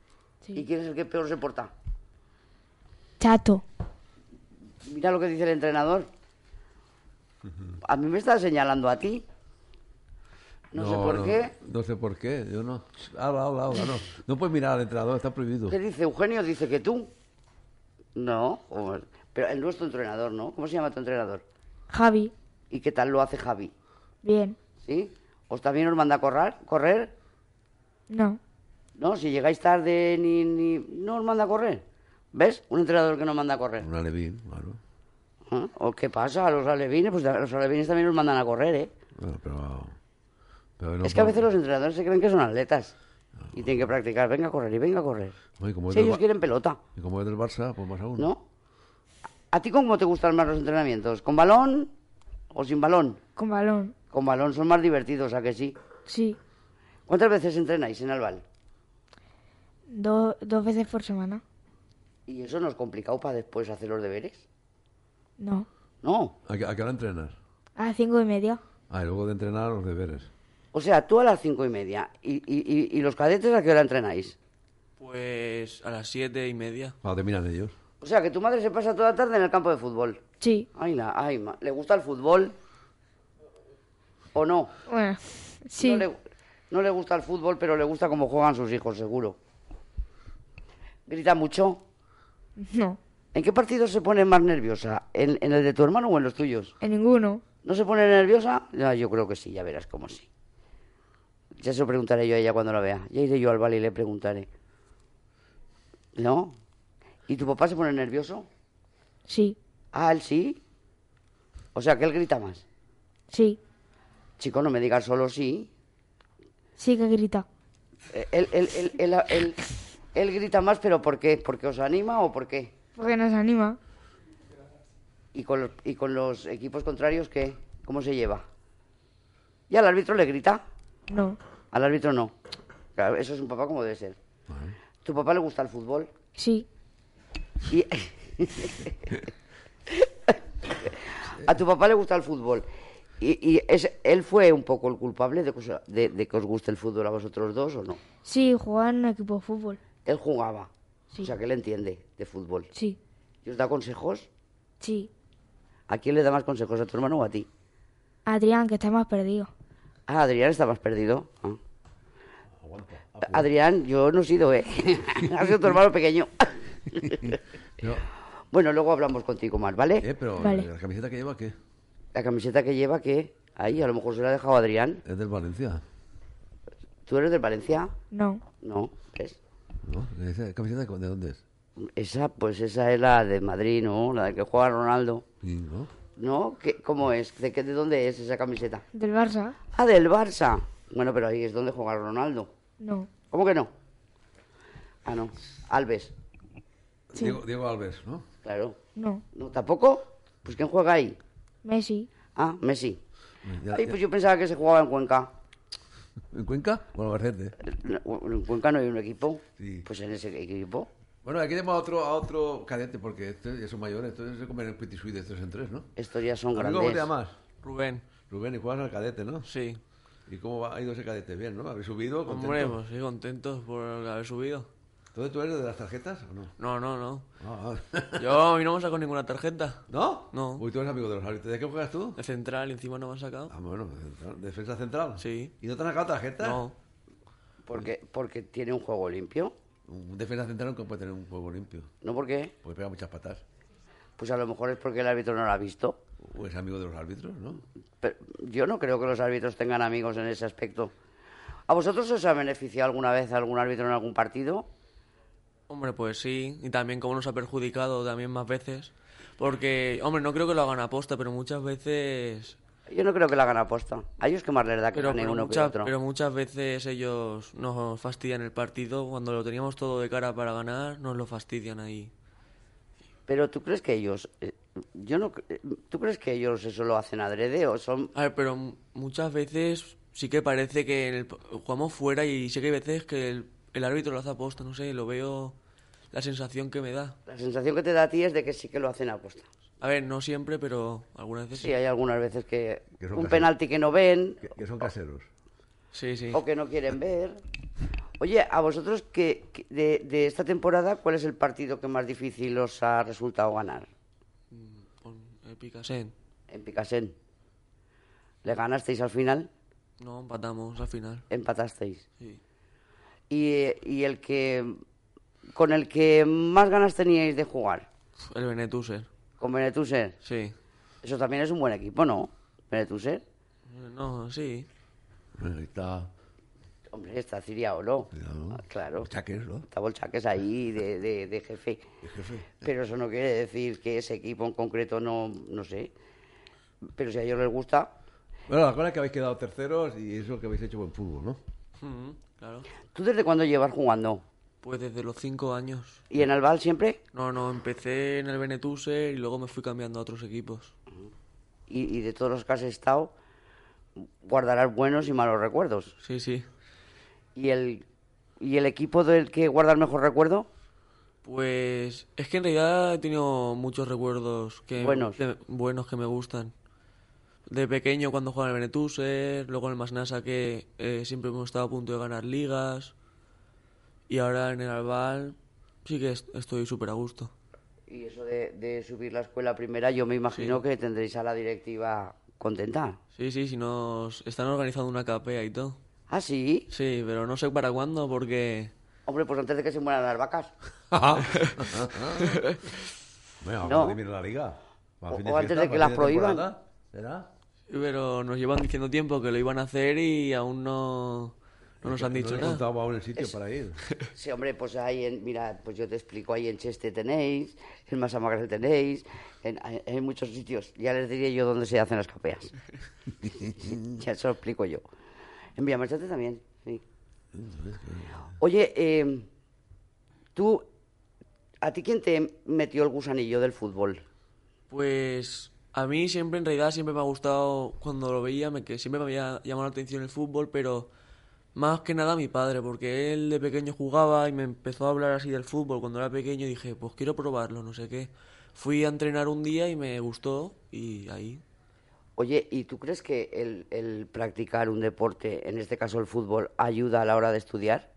Speaker 4: ¿Y
Speaker 6: sí.
Speaker 4: quién es el que peor se porta?
Speaker 6: Chato,
Speaker 4: Mira lo que dice el entrenador. A mí me está señalando a ti. No, sé por qué.
Speaker 3: No sé por qué, yo no. Habla, habla, habla, no. No puedes mirar al entrenador, está prohibido.
Speaker 4: ¿Qué dice Eugenio? Dice que tú. No, joder. pero él no es tu entrenador, ¿no? ¿Cómo se llama tu entrenador?
Speaker 6: Javi,
Speaker 4: ¿Y qué tal lo hace Javi?
Speaker 6: bien,
Speaker 4: ¿Sí? ¿Os también os manda a correr? ¿Correr?
Speaker 6: no,
Speaker 4: No, si llegáis tarde ni, ni- no os manda a correr. ¿Ves? Un entrenador que no manda a correr.
Speaker 3: Un alevín, claro.
Speaker 4: ¿Ah? ¿O qué pasa? A los alevines, pues a los alevines también los mandan a correr, ¿eh?
Speaker 3: Bueno, pero, pero no
Speaker 4: es que a
Speaker 3: por-
Speaker 4: veces los entrenadores se creen que son atletas y tienen que practicar, venga a correr y venga a correr.
Speaker 3: Ay, como es
Speaker 4: Si
Speaker 3: del
Speaker 4: ellos
Speaker 3: Bar-
Speaker 4: quieren pelota,
Speaker 3: Y como es del Barça, pues más aún.
Speaker 4: ¿no? ¿A ti cómo te gustan más los entrenamientos? ¿Con balón o sin balón?
Speaker 6: con balón,
Speaker 4: Con balón son más divertidos, ¿a que sí?
Speaker 6: sí,
Speaker 4: ¿Cuántas veces entrenáis en Albal?
Speaker 6: do- dos veces por semana,
Speaker 4: ¿Y eso no es complicado para después hacer los deberes?
Speaker 6: no,
Speaker 4: No.
Speaker 3: ¿A, qué- a qué hora entrenas?
Speaker 6: a las cinco y media.
Speaker 3: Ah, y luego de entrenar los deberes.
Speaker 4: O sea, tú a las cinco y media. ¿Y, y- y- y los cadetes a qué hora entrenáis?
Speaker 7: Pues a las siete y media.
Speaker 3: Cuando terminan ellos.
Speaker 4: O sea, que tu madre se pasa toda la tarde en el campo de fútbol.
Speaker 6: Sí,
Speaker 4: Ay, la, ay, ma- ¿le gusta el fútbol? ¿O no?
Speaker 6: bueno, sí,
Speaker 4: No le, no le gusta el fútbol, pero le gusta cómo juegan sus hijos, seguro. Grita mucho,
Speaker 6: no,
Speaker 4: ¿En qué partido se pone más nerviosa? ¿En, en el de tu hermano o en los tuyos?
Speaker 6: En ninguno.
Speaker 4: ¿No se pone nerviosa? No, yo creo que sí, ya verás cómo sí. Ya se lo preguntaré yo a ella cuando la vea. Ya iré yo al vale y le preguntaré. ¿No? ¿Y tu papá se pone nervioso?
Speaker 6: Sí,
Speaker 4: Ah, él sí. O sea, que él grita más.
Speaker 6: sí,
Speaker 4: Chico, no me digas solo sí.
Speaker 6: sí que grita.
Speaker 4: Eh, Él, él, él, él, él- él grita más, pero ¿por qué? ¿Porque os anima o por qué?
Speaker 6: Porque nos anima.
Speaker 4: ¿Y con los, y con los equipos contrarios qué? ¿Cómo se lleva? ¿Y al árbitro le grita?
Speaker 6: No,
Speaker 4: Al árbitro no. Claro, eso es un papá como debe ser. ¿Tu papá le gusta el fútbol?
Speaker 6: sí,
Speaker 4: Y- a tu papá le gusta el fútbol. ¿Y, y es- él fue un poco el culpable de que, os, de- de que os guste el fútbol a vosotros dos o no?
Speaker 6: sí, jugar en un equipo de fútbol.
Speaker 4: Él jugaba.
Speaker 6: Sí.
Speaker 4: O sea, que él entiende de fútbol.
Speaker 6: Sí,
Speaker 4: ¿Y os da consejos?
Speaker 6: sí.
Speaker 4: ¿A quién le da más consejos? ¿A tu hermano o a ti?
Speaker 6: Adrián, que está más perdido.
Speaker 4: Ah, Adrián está más perdido. Ah. Eh, Adrián, yo no he sido, ¿eh? ha sido tu hermano pequeño.
Speaker 3: No,
Speaker 4: bueno, luego hablamos contigo más, ¿vale?
Speaker 3: eh, pero
Speaker 6: Vale.
Speaker 3: la camiseta que lleva, ¿qué?
Speaker 4: La camiseta que lleva, ¿qué? Ahí, a lo mejor se la ha dejado Adrián.
Speaker 3: Es del Valencia.
Speaker 4: ¿Tú eres del Valencia?
Speaker 6: No,
Speaker 4: No, ¿ves?
Speaker 3: ¿no? ¿Esa camiseta de dónde es?
Speaker 4: Esa, pues esa es la de Madrid, ¿no? La de que juega Ronaldo.
Speaker 3: Y, ¿no?
Speaker 4: ¿No? ¿Qué- ¿Cómo es? ¿De, qué, ¿De dónde es esa camiseta?
Speaker 6: del Barça.
Speaker 4: Ah, del Barça. Bueno, pero ahí es donde juega Ronaldo.
Speaker 6: No,
Speaker 4: ¿Cómo que no? Ah, no. Alves,
Speaker 3: Diego, Diego Alves, ¿no?
Speaker 4: claro.
Speaker 6: no.
Speaker 4: ¿No? ¿Tampoco? Pues ¿quién juega ahí?
Speaker 6: Messi,
Speaker 4: Ah, Messi.
Speaker 3: Ya-
Speaker 4: Ay, pues yo pensaba que se jugaba en Cuenca.
Speaker 3: ¿En Cuenca? Bueno, Albacete.
Speaker 4: No, En Cuenca no hay un equipo.
Speaker 3: Sí.
Speaker 4: Pues en ese equipo.
Speaker 3: Bueno, aquí tenemos a otro, a otro cadete, porque este ya son mayores, entonces se comen el petit suite de tres en tres, ¿no?
Speaker 4: Estos ya son
Speaker 3: Amigo, ¿Cómo te
Speaker 4: grandes.
Speaker 3: llamas?
Speaker 7: Rubén,
Speaker 3: Rubén, y juegas al cadete, ¿no?
Speaker 7: sí.
Speaker 3: ¿Y cómo va- ha ido ese cadete? Bien, ¿no? ¿Habéis subido? ¿Contento?
Speaker 7: Hombre, pues sí, contentos por haber subido.
Speaker 3: ¿Entonces tú eres de las tarjetas o no?
Speaker 7: No, no, no.
Speaker 3: Ah, ah.
Speaker 7: Yo a mí no me saco ninguna tarjeta.
Speaker 3: ¿No?
Speaker 7: No.
Speaker 3: Uy, tú eres amigo de los árbitros. ¿De qué juegas tú?
Speaker 7: De central encima no me han sacado.
Speaker 3: Ah, bueno, central- defensa central.
Speaker 7: Sí.
Speaker 3: ¿Y no te han sacado tarjeta?
Speaker 7: No.
Speaker 4: Porque, porque tiene un juego limpio.
Speaker 3: Un defensa central nunca puede tener un juego limpio,
Speaker 4: ¿No por qué?
Speaker 3: porque pega muchas patas.
Speaker 4: Pues a lo mejor es porque el árbitro no lo ha visto.
Speaker 3: O es amigo de los árbitros, ¿no?
Speaker 4: Pero yo no creo que los árbitros tengan amigos en ese aspecto. ¿A vosotros os ha beneficiado alguna vez algún árbitro en algún partido?
Speaker 7: Hombre, pues sí. Y también cómo nos ha perjudicado también más veces. Porque, hombre, no creo que lo hagan aposta, pero muchas veces...
Speaker 4: Yo no creo que la hagan aposta. A ellos que más les da que
Speaker 7: Pero,
Speaker 4: gane
Speaker 7: pero
Speaker 4: uno que
Speaker 7: muchas,
Speaker 4: otro.
Speaker 7: pero muchas veces ellos nos fastidian el partido. Cuando lo teníamos todo de cara para ganar, nos lo fastidian ahí.
Speaker 4: Pero tú crees que ellos... eh, yo no, cre- eh, ¿Tú crees que ellos eso lo hacen adrede o son...
Speaker 7: A ver, pero m- muchas veces sí que parece que el- jugamos fuera y sé que hay veces que el, el árbitro lo hace aposta, no sé, lo veo la sensación que me da.
Speaker 4: La sensación que te da a ti es de que sí que lo hacen aposta.
Speaker 7: A ver, no siempre, pero algunas veces
Speaker 4: Sí, hay algunas veces que
Speaker 3: Que son
Speaker 4: un
Speaker 3: caseros.
Speaker 4: penalti que no ven
Speaker 3: Que, que son caseros.
Speaker 7: sí. Sí,
Speaker 4: o que no quieren ver. Oye, a vosotros que, que de, de esta temporada, ¿cuál es el partido que más difícil os ha resultado ganar?
Speaker 7: Pon, eh, Picasen.
Speaker 4: en Picasen. Le ganasteis al final,
Speaker 7: No, empatamos al final.
Speaker 4: empatasteis.
Speaker 7: Sí.
Speaker 4: Y, eh, y el que con el que más ganas teníais de jugar,
Speaker 7: Pf, El Benetuser,
Speaker 4: con Benetuser.
Speaker 7: sí.
Speaker 4: Eso también es un buen equipo, ¿no? Benetuser.
Speaker 7: Eh, No, sí.
Speaker 3: Bueno, ahí está.
Speaker 4: Hombre, está Ciriao, ¿no?
Speaker 3: Claro.
Speaker 4: Ah, claro.
Speaker 3: Chaques, ¿no?
Speaker 4: Está Bolchaques ahí de, de- de jefe.
Speaker 3: jefe.
Speaker 4: Pero eso no quiere decir que ese equipo en concreto no, no sé. Pero si a ellos les gusta.
Speaker 3: Bueno, la cosa es que habéis quedado terceros y eso que habéis hecho buen fútbol, ¿no?
Speaker 7: Mm, claro.
Speaker 4: ¿Tú desde cuándo llevas jugando?
Speaker 7: Pues desde los cinco años.
Speaker 4: ¿Y en Albal siempre?
Speaker 7: No, no, empecé en el Benetuser y luego me fui cambiando a otros equipos.
Speaker 4: y, y de todos los que has estado, guardarás buenos y malos recuerdos.
Speaker 7: Sí, sí.
Speaker 4: ¿Y el, y el equipo del que guardas mejor recuerdo?
Speaker 7: Pues es que en realidad he tenido muchos recuerdos que
Speaker 4: Buenos.
Speaker 7: que- buenos que me gustan. De pequeño cuando jugaba en el Benetuser, luego en el Masnasa que eh, siempre hemos estado a punto de ganar ligas y ahora en el Albal sí que est- estoy súper a gusto.
Speaker 4: Y eso de, de subir la escuela primera, yo me imagino que tendréis a la directiva contenta.
Speaker 7: Sí, sí, si nos están organizando una capea y todo.
Speaker 4: Ah, sí.
Speaker 7: Sí, pero no sé para cuándo porque
Speaker 4: Hombre, pues antes de que se mueran las vacas.
Speaker 3: Bueno,
Speaker 4: No.
Speaker 3: no. la liga. Va,
Speaker 4: O-
Speaker 3: fin de
Speaker 4: o antes
Speaker 3: fiesta,
Speaker 4: de
Speaker 3: va,
Speaker 4: que las
Speaker 3: fin
Speaker 4: prohíban.
Speaker 3: temporada, ¿Será?
Speaker 7: Pero nos llevan diciendo tiempo que lo iban a hacer y aún no, no nos han dicho
Speaker 3: no he
Speaker 7: nada.
Speaker 3: encontrado aún el sitio para ir.
Speaker 4: Sí, hombre, pues ahí en, mira, pues yo te explico, ahí en Cheste tenéis, en Massamagrel tenéis, en, en muchos sitios. Ya les diré yo dónde se hacen las capeas. ya se lo explico yo. En Villamarchante también, sí. Oye, eh, tú, ¿a ti quién te metió el gusanillo del fútbol?
Speaker 7: Pues a mí siempre, en realidad, siempre me ha gustado, cuando lo veía, me, que siempre me había llamado la atención el fútbol, pero más que nada mi padre, porque él de pequeño jugaba y me empezó a hablar así del fútbol cuando era pequeño y dije, pues quiero probarlo, no sé qué. Fui a entrenar un día y me gustó y ahí.
Speaker 4: Oye, ¿y tú crees que el, el practicar un deporte, en este caso el fútbol, ayuda a la hora de estudiar?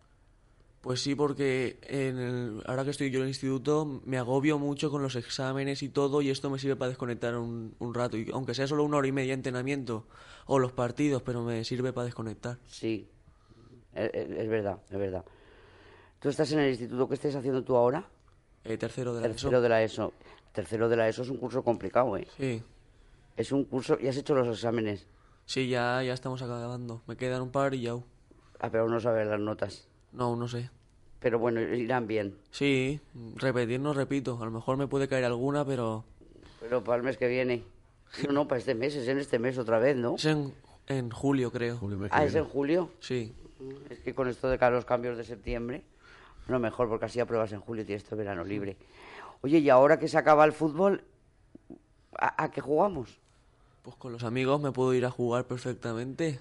Speaker 7: Pues sí, porque en el- ahora que estoy yo en el instituto me agobio mucho con los exámenes y todo y esto me sirve para desconectar un, un rato, y aunque sea solo una hora y media de entrenamiento o los partidos, pero me sirve para desconectar.
Speaker 4: Sí, e- e- es, verdad, es verdad. ¿Tú estás en el instituto? ¿Qué estás haciendo tú ahora?
Speaker 7: Eh, tercero de la ESO.
Speaker 4: Tercero de la ESO. Tercero de la ESO es un curso complicado, ¿eh?
Speaker 7: Sí,
Speaker 4: Es un curso... ¿Y has hecho los exámenes?
Speaker 7: sí, ya, ya estamos acabando. Me quedan un par y ya. uh.
Speaker 4: Ah, pero no sabes las notas.
Speaker 7: No, aún no sé.
Speaker 4: Pero bueno, irán bien.
Speaker 7: Sí, repetir no repito. A lo mejor me puede caer alguna, pero
Speaker 4: Pero para el mes que viene. No, no, para este mes, es en este mes otra vez, ¿no?
Speaker 7: es en, en julio, creo.
Speaker 3: Julio, mes que
Speaker 4: Ah, es en
Speaker 3: viene.
Speaker 4: julio. Mm,
Speaker 7: Sí,
Speaker 4: Es que con esto de ca- los cambios de septiembre, no mejor, porque así apruebas en julio y tienes todo el verano libre. Oye, y ahora que se acaba el fútbol, ¿a, a qué jugamos?
Speaker 7: pues con los amigos me puedo ir a jugar perfectamente.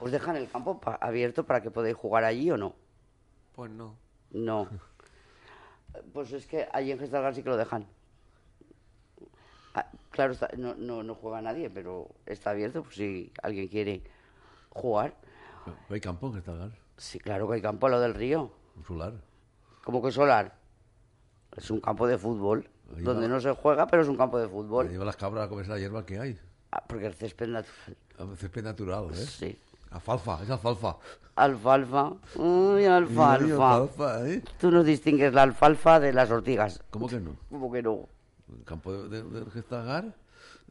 Speaker 4: ¿Os dejan el campo pa- abierto para que podáis jugar allí o no?
Speaker 7: Pues no.
Speaker 4: No. Pues es que allí en Gestalgar sí que lo dejan. Ah, Claro, está- no, no, no juega nadie, pero está abierto por si alguien quiere jugar.
Speaker 3: Hay campo en Gestalgar,
Speaker 4: Sí, claro que hay campo a lo del río.
Speaker 3: un solar.
Speaker 4: Como que solar. Es un campo de fútbol,
Speaker 3: Ahí
Speaker 4: donde
Speaker 3: va.
Speaker 4: no se juega, pero es un campo de
Speaker 3: Le
Speaker 4: fútbol.
Speaker 3: lleva las cabras a comerse la hierba que hay.
Speaker 4: Ah, Porque el césped natural.
Speaker 3: A veces es natural, ¿eh?
Speaker 4: Sí.
Speaker 3: Alfalfa, es alfalfa.
Speaker 4: Alfalfa. Uy,
Speaker 3: Ay,
Speaker 4: alfalfa.
Speaker 3: alfalfa, ¿eh?
Speaker 4: Tú no distingues la alfalfa de las ortigas.
Speaker 3: ¿Cómo que no?
Speaker 4: Como que no.
Speaker 3: El campo de, de, del Gestagar.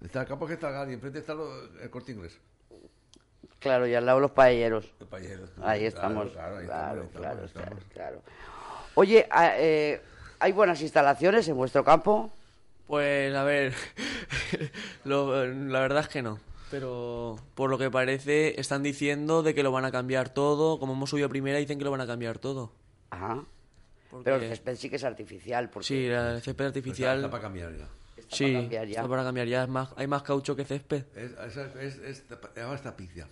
Speaker 3: Está el campo de Gestagar y enfrente está lo- el corte inglés.
Speaker 4: Claro, y al lado los paelleros.
Speaker 3: El payero.
Speaker 4: Ahí
Speaker 3: Claro,
Speaker 4: estamos.
Speaker 3: Claro, ahí
Speaker 4: Claro,
Speaker 3: estamos, ahí estamos,
Speaker 4: claro,
Speaker 3: ahí
Speaker 4: claro,
Speaker 3: estamos.
Speaker 4: claro. Oye, a- eh, ¿hay buenas instalaciones en vuestro campo?
Speaker 7: Pues a ver, lo- la verdad es que no. Pero por lo que parece están diciendo de que lo van a cambiar todo. Como hemos subido a primera dicen que lo van a cambiar todo.
Speaker 4: Ajá.
Speaker 7: Porque-
Speaker 4: Pero el césped sí que es artificial, porque
Speaker 7: sí, el
Speaker 3: Está,
Speaker 7: césped artificial.
Speaker 3: está para cambiar ya.
Speaker 4: está para
Speaker 7: sí,
Speaker 4: cambiar ya.
Speaker 7: está para cambiar ya. Es más, hay más caucho que césped.
Speaker 3: Es, es, es, es, es tapicia.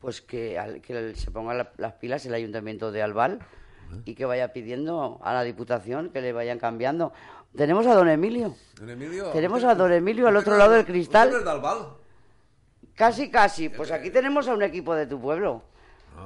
Speaker 4: Pues que, al- que se ponga la- las pilas el ayuntamiento de Albal y que vaya pidiendo a la diputación que le vayan cambiando. Tenemos a don Emilio.
Speaker 3: Don Emilio,
Speaker 4: Tenemos
Speaker 3: ¿usted-
Speaker 4: a don Emilio al
Speaker 3: usted
Speaker 4: otro
Speaker 3: no-
Speaker 4: lado del cristal.
Speaker 3: ¿Usted no es de Albal?
Speaker 4: Casi, casi. Pues aquí tenemos a un equipo de tu pueblo.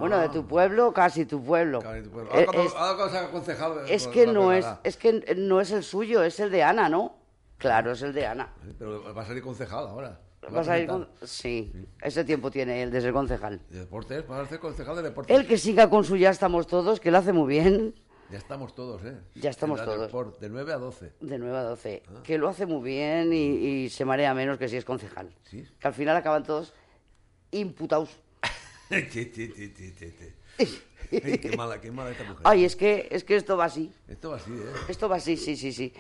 Speaker 4: Bueno, de tu pueblo, casi tu pueblo.
Speaker 3: Claro, y Ah. tu pueblo.
Speaker 4: Eh,
Speaker 3: Ahora cuando- ah,
Speaker 4: es-
Speaker 3: ahora cuando se haga concejal, eh,
Speaker 4: Es
Speaker 3: lo-
Speaker 4: que
Speaker 3: lo
Speaker 4: no es,
Speaker 3: arreglará.
Speaker 4: es que no es el suyo, es el de Ana, ¿no? Claro, es el de Ana.
Speaker 3: Eh, Pero va a salir concejal ahora. Lo va
Speaker 4: Vas a ir
Speaker 3: presentar.
Speaker 4: con- Sí, ese tiempo tiene él de ser concejal.
Speaker 3: De deportes, para ser concejal de deportes.
Speaker 4: El que siga con su ya estamos todos, que lo hace muy bien,
Speaker 3: Ya estamos todos, ¿eh?
Speaker 4: Ya estamos
Speaker 3: En la
Speaker 4: todos.
Speaker 3: Deport, de 9 a Ah. 12.
Speaker 4: de 9 a 12, que lo hace muy bien y, y se marea menos que si es concejal.
Speaker 3: Sí.
Speaker 4: Que al final acaban todos imputados.
Speaker 3: Che, che, che, che, che, che. Ay, qué mala, qué mala esta mujer.
Speaker 4: Ay, es que, es que esto va así,
Speaker 3: Esto va así, ¿eh?
Speaker 4: esto va así, sí, sí, sí.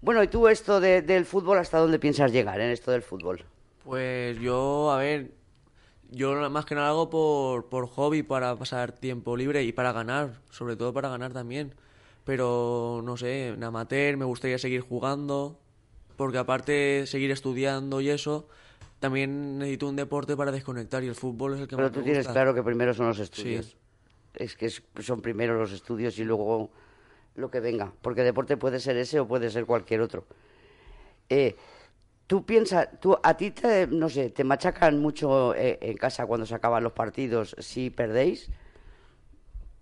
Speaker 4: Bueno, ¿y tú esto de- del fútbol, hasta dónde piensas llegar en esto del fútbol?
Speaker 7: Pues yo, a ver, yo nada más que nada hago por, por hobby, para pasar tiempo libre y para ganar, sobre todo para ganar también. Pero no sé, en amateur me gustaría seguir jugando, porque aparte de seguir estudiando y eso, también necesito un deporte para desconectar y el fútbol es el que
Speaker 4: Pero
Speaker 7: más
Speaker 4: tú
Speaker 7: me
Speaker 4: tienes
Speaker 7: gusta.
Speaker 4: claro que primero son los estudios. Es que es- son primero los estudios y luego lo que venga. Porque deporte puede ser ese o puede ser cualquier otro. Eh, tú piensas, tú, a ti te, no sé, te machacan mucho eh, en casa cuando se acaban los partidos si perdéis.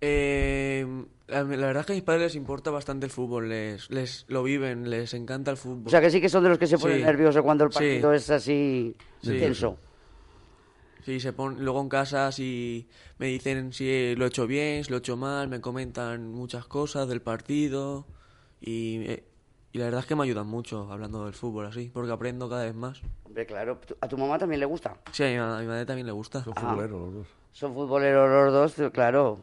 Speaker 7: Eh, la, la verdad es que a mis padres les importa bastante el fútbol, les, les lo viven, les encanta el fútbol.
Speaker 4: O sea que sí que son de los que se ponen
Speaker 7: Sí.
Speaker 4: nerviosos cuando el
Speaker 7: Sí.
Speaker 4: partido es así
Speaker 7: Sí.
Speaker 4: tenso.
Speaker 7: Sí, se pon, luego en casa si me dicen si lo he hecho bien, si lo he hecho mal, me comentan muchas cosas del partido y eh, Y la verdad es que me ayudan mucho hablando del fútbol así, porque aprendo cada vez más.
Speaker 4: Hombre, claro, ¿tú- ¿a tu mamá también le gusta?
Speaker 7: Sí, a mi, ma- a mi madre también le gusta.
Speaker 3: Son futboleros los dos.
Speaker 4: Son futboleros los dos, tú, claro.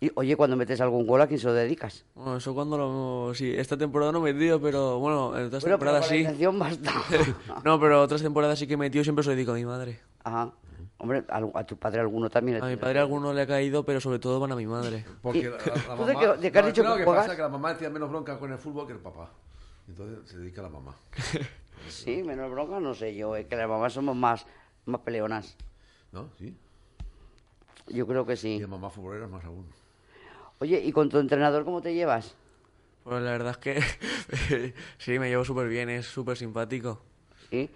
Speaker 4: Y, oye, cuando metes algún gol, ¿a quién se lo dedicas?
Speaker 7: Bueno, eso cuando lo... Sí, esta temporada no he metido, pero bueno, en otras
Speaker 4: Bueno, pero
Speaker 7: temporadas
Speaker 4: con la
Speaker 7: sí.
Speaker 4: intención basta.
Speaker 7: No, pero otras temporadas sí que he metido, siempre se lo dedico a mi madre.
Speaker 4: Ajá. Hombre, al- a, tu padre alguno también. le
Speaker 7: A mi
Speaker 4: tienes que
Speaker 7: padre alguno le ha caído, pero sobre todo van a mi madre.
Speaker 3: Porque la, la- la
Speaker 4: ¿Tú de
Speaker 3: mamá...
Speaker 4: qué- de qué has
Speaker 3: No,
Speaker 4: dicho
Speaker 3: no,
Speaker 4: que
Speaker 3: lo que
Speaker 4: juegas?
Speaker 3: pasa es que la mamá tiene menos bronca con el fútbol que el papá. Entonces se dedica a la mamá.
Speaker 4: Sí, menos bronca, no sé yo. Es que las mamás somos más, más peleonas.
Speaker 3: ¿No? ¿Sí?
Speaker 4: Yo creo que
Speaker 3: Y
Speaker 4: sí.
Speaker 3: la mamá futbolera más aún.
Speaker 4: Oye, ¿y con tu entrenador cómo te llevas?
Speaker 7: Pues la verdad es que sí, me llevo súper bien, es súper simpático.
Speaker 4: ¿Sí?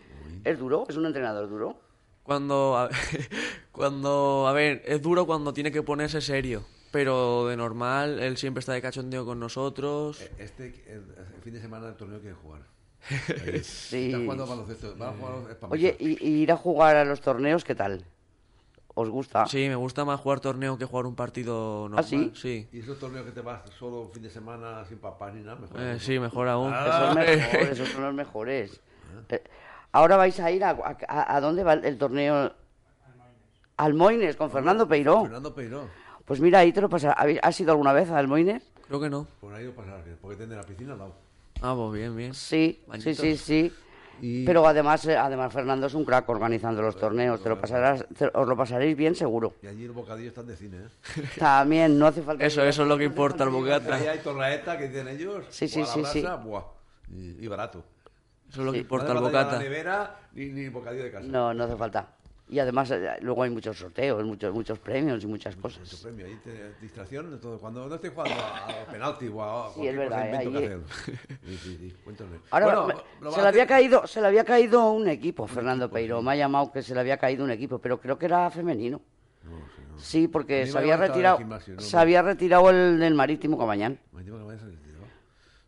Speaker 4: ¿Es duro? ¿Es un entrenador duro?
Speaker 7: Cuando a, cuando, a ver, es duro cuando tiene que ponerse serio, pero de normal, él siempre está de cachondeo con nosotros.
Speaker 3: Eh, Este el, el fin de semana el torneo que hay que jugar. Ahí. Están jugando a baloncesto. Van a jugar a- es pa'
Speaker 4: Oye,
Speaker 3: mesa.
Speaker 4: ¿y, y ir a jugar a los torneos qué tal? ¿Os gusta?
Speaker 7: Sí, me gusta más jugar torneo que jugar un partido
Speaker 4: ¿Ah,
Speaker 7: normal.
Speaker 4: sí?
Speaker 7: Sí,
Speaker 3: ¿Y esos torneos que te vas solo un fin de semana sin papá ni nada? Mejor. Ah.
Speaker 7: Eh, sí mejor aún.
Speaker 4: Esos, mejores, esos son los mejores. Eh, Ahora vais a ir a, a- a dónde va el torneo. Almoines, con Fernando Peiró.
Speaker 3: Fernando Peiró.
Speaker 4: Pues mira, ahí te lo pasarás. ¿Habéis- ¿Has ido alguna vez a Almoines?
Speaker 7: Creo que no.
Speaker 3: Por ahí lo pasarás bien, porque tiene la piscina al lado.
Speaker 7: Ah, pues bien, bien.
Speaker 4: Sí, sí,
Speaker 7: Bañitos.
Speaker 4: sí, sí.
Speaker 3: Y-
Speaker 4: Pero además, eh, además Fernando es un crack organizando los torneos. Te lo pasarás, te- os lo pasaréis bien seguro.
Speaker 3: Y allí el bocadillo están de cine, ¿eh?
Speaker 4: También no hace falta.
Speaker 7: Eso, eso es lo que importa, el bocata.
Speaker 3: Ahí hay torraeta que dicen ellos.
Speaker 4: Sí, sí,
Speaker 3: buah, la
Speaker 4: sí, sí.
Speaker 3: brasa, buah, Y, y barato.
Speaker 7: Eso es lo
Speaker 3: No
Speaker 7: que
Speaker 3: hace
Speaker 7: importa, el
Speaker 3: falta llevar
Speaker 7: bocata.
Speaker 3: la nevera ni, ni bocadillo de casa.
Speaker 4: No, no hace falta. Y además eh, luego hay muchos sorteos, muchos, muchos premios y muchas
Speaker 3: Mucho
Speaker 4: cosas.
Speaker 3: premio, ahí te, distracción de todo. Cuando no estés jugando a, a los penaltis o a, a
Speaker 4: Sí, es
Speaker 3: cualquier
Speaker 4: verdad,
Speaker 7: eh,
Speaker 3: cosa invento que
Speaker 4: ahí-
Speaker 3: hacer. Sí, sí, sí, cuéntame.
Speaker 4: Ahora
Speaker 3: Bueno,
Speaker 4: me-
Speaker 3: lo
Speaker 4: se
Speaker 3: van
Speaker 4: le
Speaker 3: a
Speaker 4: había
Speaker 3: hacer-
Speaker 4: caído, se le había caído un equipo, Fernando Peiro. Me ha llamado que se le había caído un equipo, pero creo que era femenino. Sí,
Speaker 3: A mí
Speaker 4: porque
Speaker 3: me
Speaker 4: se
Speaker 3: llamaba
Speaker 4: había
Speaker 3: estaba en el
Speaker 4: retirado,
Speaker 3: gimnasio, ¿no?
Speaker 4: se había retirado el del Marítimo Cabañán.
Speaker 3: Me digo que me vayas a decir, ¿no?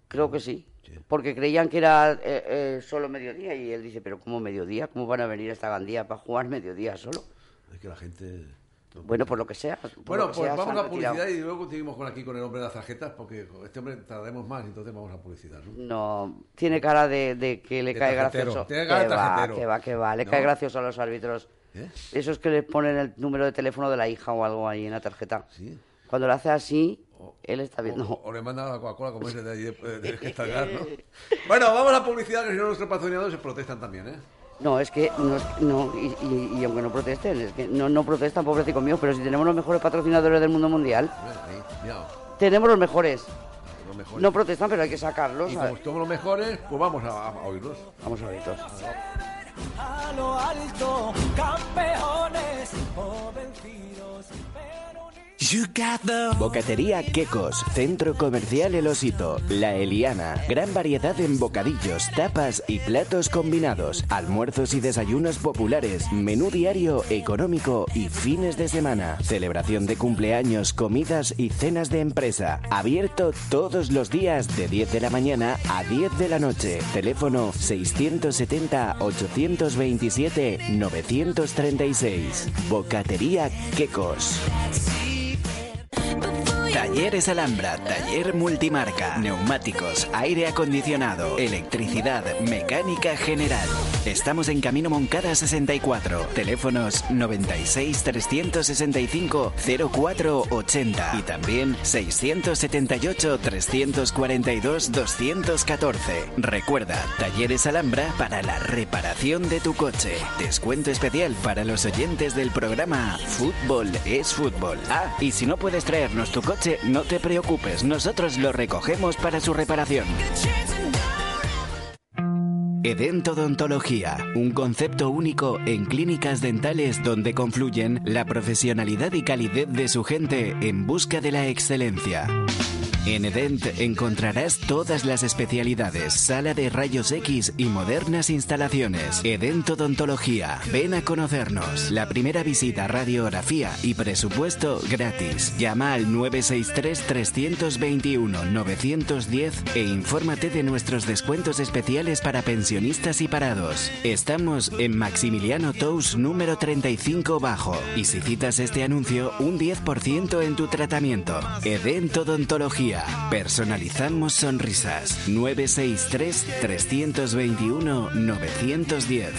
Speaker 4: Creo que sí. Porque creían que era eh, eh, solo mediodía y él dice, pero ¿cómo mediodía? ¿Cómo van a venir hasta Gandía para jugar mediodía solo?
Speaker 3: Es que la gente... no-
Speaker 4: Bueno, por lo que sea. por
Speaker 3: Bueno,
Speaker 4: lo que sea,
Speaker 3: pues
Speaker 4: se
Speaker 3: vamos
Speaker 4: han
Speaker 3: a
Speaker 4: retirado.
Speaker 3: publicidad y luego seguimos con aquí con el hombre de las tarjetas porque con este hombre tardaremos más y entonces vamos a publicidad. ¿no?
Speaker 4: No, tiene cara de, de que le
Speaker 3: De
Speaker 4: cae
Speaker 3: tarjetero.
Speaker 4: gracioso.
Speaker 3: Tiene cara de
Speaker 4: que va,
Speaker 3: tarjetero.
Speaker 4: que va, que va. Le
Speaker 3: ¿No?
Speaker 4: cae gracioso a los árbitros.
Speaker 3: ¿Eh?
Speaker 4: Esos que les ponen el número de teléfono de la hija o algo ahí en la tarjeta.
Speaker 3: Sí.
Speaker 4: Cuando lo hace así, él está
Speaker 3: O,
Speaker 4: viendo.
Speaker 3: o le mandan a la Coca-Cola como ese de allí de, de Gestagar, ¿no? Bueno, vamos a la publicidad que si no nuestros patrocinadores se protestan también, ¿eh?
Speaker 4: No, es que no, es- no, y, y- y aunque no protesten, es que no, no protestan, pobrecito mío, pero si tenemos los mejores patrocinadores del mundo mundial,
Speaker 3: Mira, ahí, mira,
Speaker 4: tenemos los mejores.
Speaker 3: los mejores.
Speaker 4: No protestan, pero hay que sacarlos.
Speaker 3: y
Speaker 4: a-
Speaker 3: como somos los mejores, pues vamos a, a- a oírlos.
Speaker 4: Vamos a ver todos.
Speaker 8: a lo alto, campeones o vencidos, pero
Speaker 1: Bocatería Quecos, Centro Comercial El Osito, La Eliana. Gran variedad en bocadillos, tapas y platos combinados. Almuerzos y desayunos populares, menú diario, económico y fines de semana. Celebración de cumpleaños, comidas y cenas de empresa. Abierto todos los días de 10 de la mañana a 10 de la noche. Teléfono 670-827-936. Bocatería Quecos. Talleres Alhambra, taller multimarca, neumáticos, aire acondicionado, electricidad, mecánica general. Estamos en Camino Moncada 64, teléfonos 96 365 0480 y también 678 342 214. Recuerda, Talleres Alhambra para la reparación de tu coche. Descuento especial para los oyentes del programa Fútbol es Fútbol. Ah, y si no puedes traernos tu coche, no te preocupes, nosotros lo recogemos para su reparación. Edentodontología, un concepto único en clínicas dentales donde confluyen la profesionalidad y calidez de su gente en busca de la excelencia. En Edent encontrarás todas las especialidades, sala de rayos X y modernas instalaciones. Edent Odontología, ven a conocernos. La primera visita, radiografía y presupuesto gratis. Llama al 963-321-910 e infórmate de nuestros descuentos especiales para pensionistas y parados. Estamos en Maximiliano Tous número 35 bajo y si citas este anuncio, un 10% en tu tratamiento. Edent Odontología. día. Personalizamos sonrisas. 963-321-910.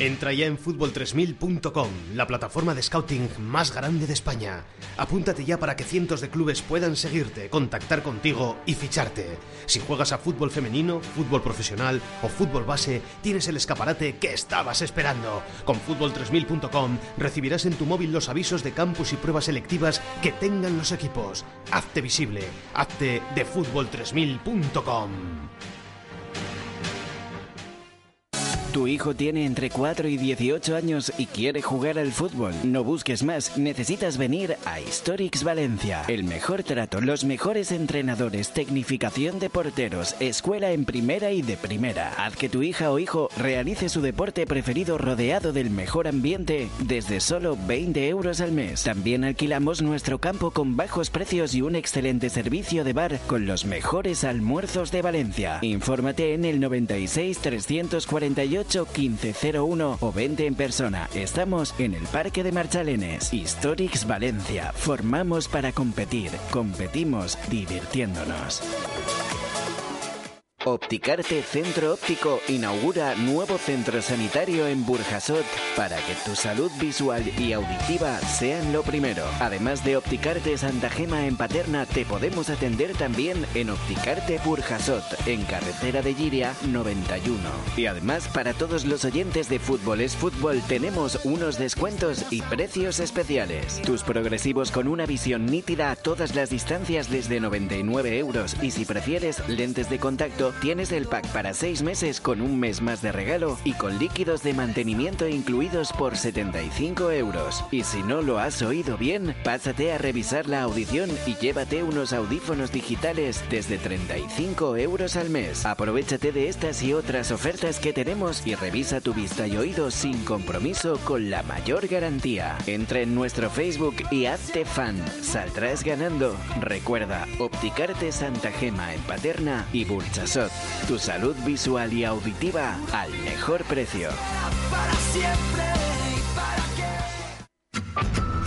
Speaker 9: Entra ya en fútbol3000.com, la plataforma de scouting más grande de España. Apúntate ya para que cientos de clubes puedan seguirte, contactar contigo y ficharte. Si juegas a fútbol femenino, fútbol profesional o fútbol base, tienes el escaparate que estabas esperando. Con fútbol3000.com recibirás en tu móvil los avisos de campus y pruebas selectivas que tengan los equipos. Hazte visible, hazte de fútbol3000.com.
Speaker 1: Tu hijo tiene entre 4 y 18 años y quiere jugar al fútbol. No busques más, necesitas venir a Historics Valencia. El mejor trato, los mejores entrenadores, tecnificación de porteros, escuela en primera y de primera. Haz que tu hija o hijo realice su deporte preferido rodeado del mejor ambiente desde solo 20 euros al mes. También alquilamos nuestro campo con bajos precios y un excelente servicio de bar con los mejores almuerzos de Valencia. Infórmate en el 96 348 1501 o vente en persona. Estamos en el Parque de Marchalenes, Historics Valencia. Formamos para competir, competimos divirtiéndonos. Opticarte Centro Óptico inaugura nuevo centro sanitario en Burjasot para que tu salud visual y auditiva sean lo primero. Además de Opticarte Santa Gema en Paterna, te podemos atender también en Opticarte Burjasot en carretera de Giria 91. Y además para todos los oyentes de Fútbol es Fútbol tenemos unos descuentos y precios especiales. Tus progresivos con una visión nítida a todas las distancias desde 99 euros y si prefieres lentes de contacto tienes el pack para 6 meses con un mes más de regalo y con líquidos de mantenimiento incluidos por 75 euros. Y si no lo has oído bien, pásate a revisar la audición y llévate unos audífonos digitales desde 35 euros al mes. Aprovechate de estas y otras ofertas que tenemos y revisa tu vista y oído sin compromiso con la mayor garantía. Entra en nuestro Facebook y hazte fan. Saldrás ganando. Recuerda, Opticarte Santa Gema en Paterna y Burchasot. Tu salud visual y auditiva al mejor precio.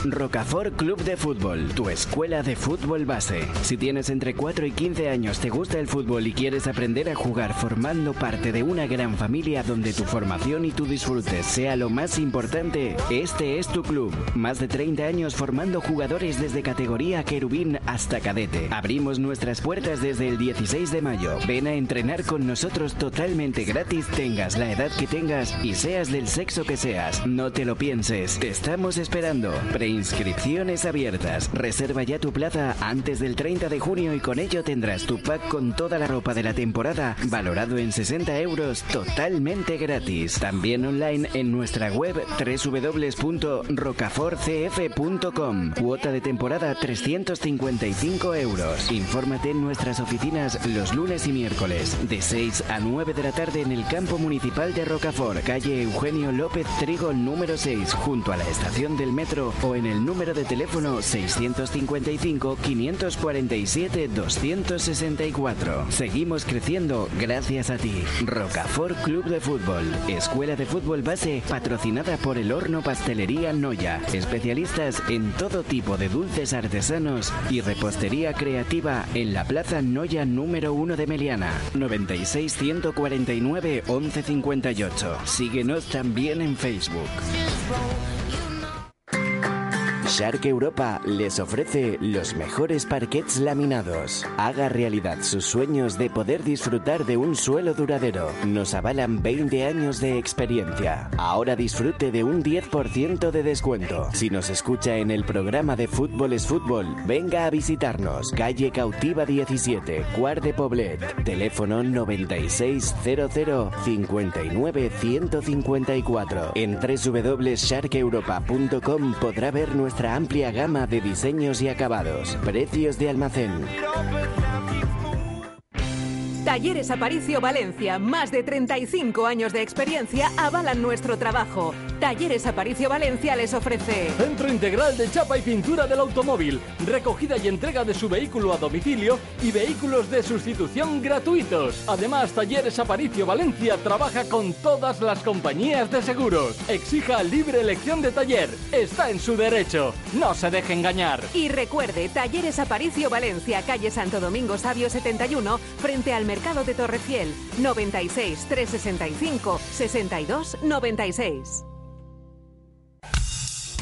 Speaker 1: Rocafort Club de Fútbol, tu escuela de fútbol base. Si tienes entre 4 y 15 años, te gusta el fútbol y quieres aprender a jugar formando parte de una gran familia donde tu formación y tu disfrute sea lo más importante, este es tu club. Más de 30 años formando jugadores desde categoría querubín hasta cadete. Abrimos nuestras puertas desde el 16 de mayo. Ven a entrenar con nosotros totalmente gratis, tengas la edad que tengas y seas del sexo que seas. No te lo pienses, te estamos esperando. Preinscripciones abiertas. Reserva ya tu plaza antes del 30 de junio y con ello tendrás tu pack con toda la ropa de la temporada, valorado en 60 euros, totalmente gratis. También online en nuestra web www.rocaforcf.com. Cuota de temporada 355 euros. Infórmate en nuestras oficinas los lunes y miércoles, de 6 a 9 de la tarde en el campo municipal de Rocafort, calle Eugenio López Trigo número 6, junto a la estación del metro o en el número de teléfono 655-547-264. Seguimos creciendo gracias a ti. Rocafort Club de Fútbol, escuela de fútbol base patrocinada por el horno Pastelería Noya, especialistas en todo tipo de dulces artesanos y repostería creativa en la Plaza Noya número 1 de Meliana, 96 149 1158. Síguenos también en Facebook. Shark Europa les ofrece los mejores parquets laminados. Haga realidad sus sueños de poder disfrutar de un suelo duradero. Nos avalan 20 años de experiencia. Ahora disfrute de un 10% de descuento. Si nos escucha en el programa de Fútbol es Fútbol, venga a visitarnos. Calle Cautiva 17, Cuar de Poblet. Teléfono 9600 59 154. En www.sharkeuropa.com podrá ver nuestra nuestra amplia gama de diseños y acabados, precios de almacén.
Speaker 10: Talleres Aparicio Valencia, más de 35 años de experiencia avalan nuestro trabajo. Talleres Aparicio Valencia les ofrece
Speaker 11: Centro integral de chapa y pintura del automóvil, recogida y entrega de su vehículo a domicilio y vehículos de sustitución gratuitos. Además, Talleres Aparicio Valencia trabaja con todas las compañías de seguros. Exija libre elección de taller. Está en su derecho. No se deje engañar.
Speaker 10: y recuerde Talleres Aparicio Valencia, calle Santo Domingo Sabio 71, frente al mercado de Torrefiel, 96 365 62 96.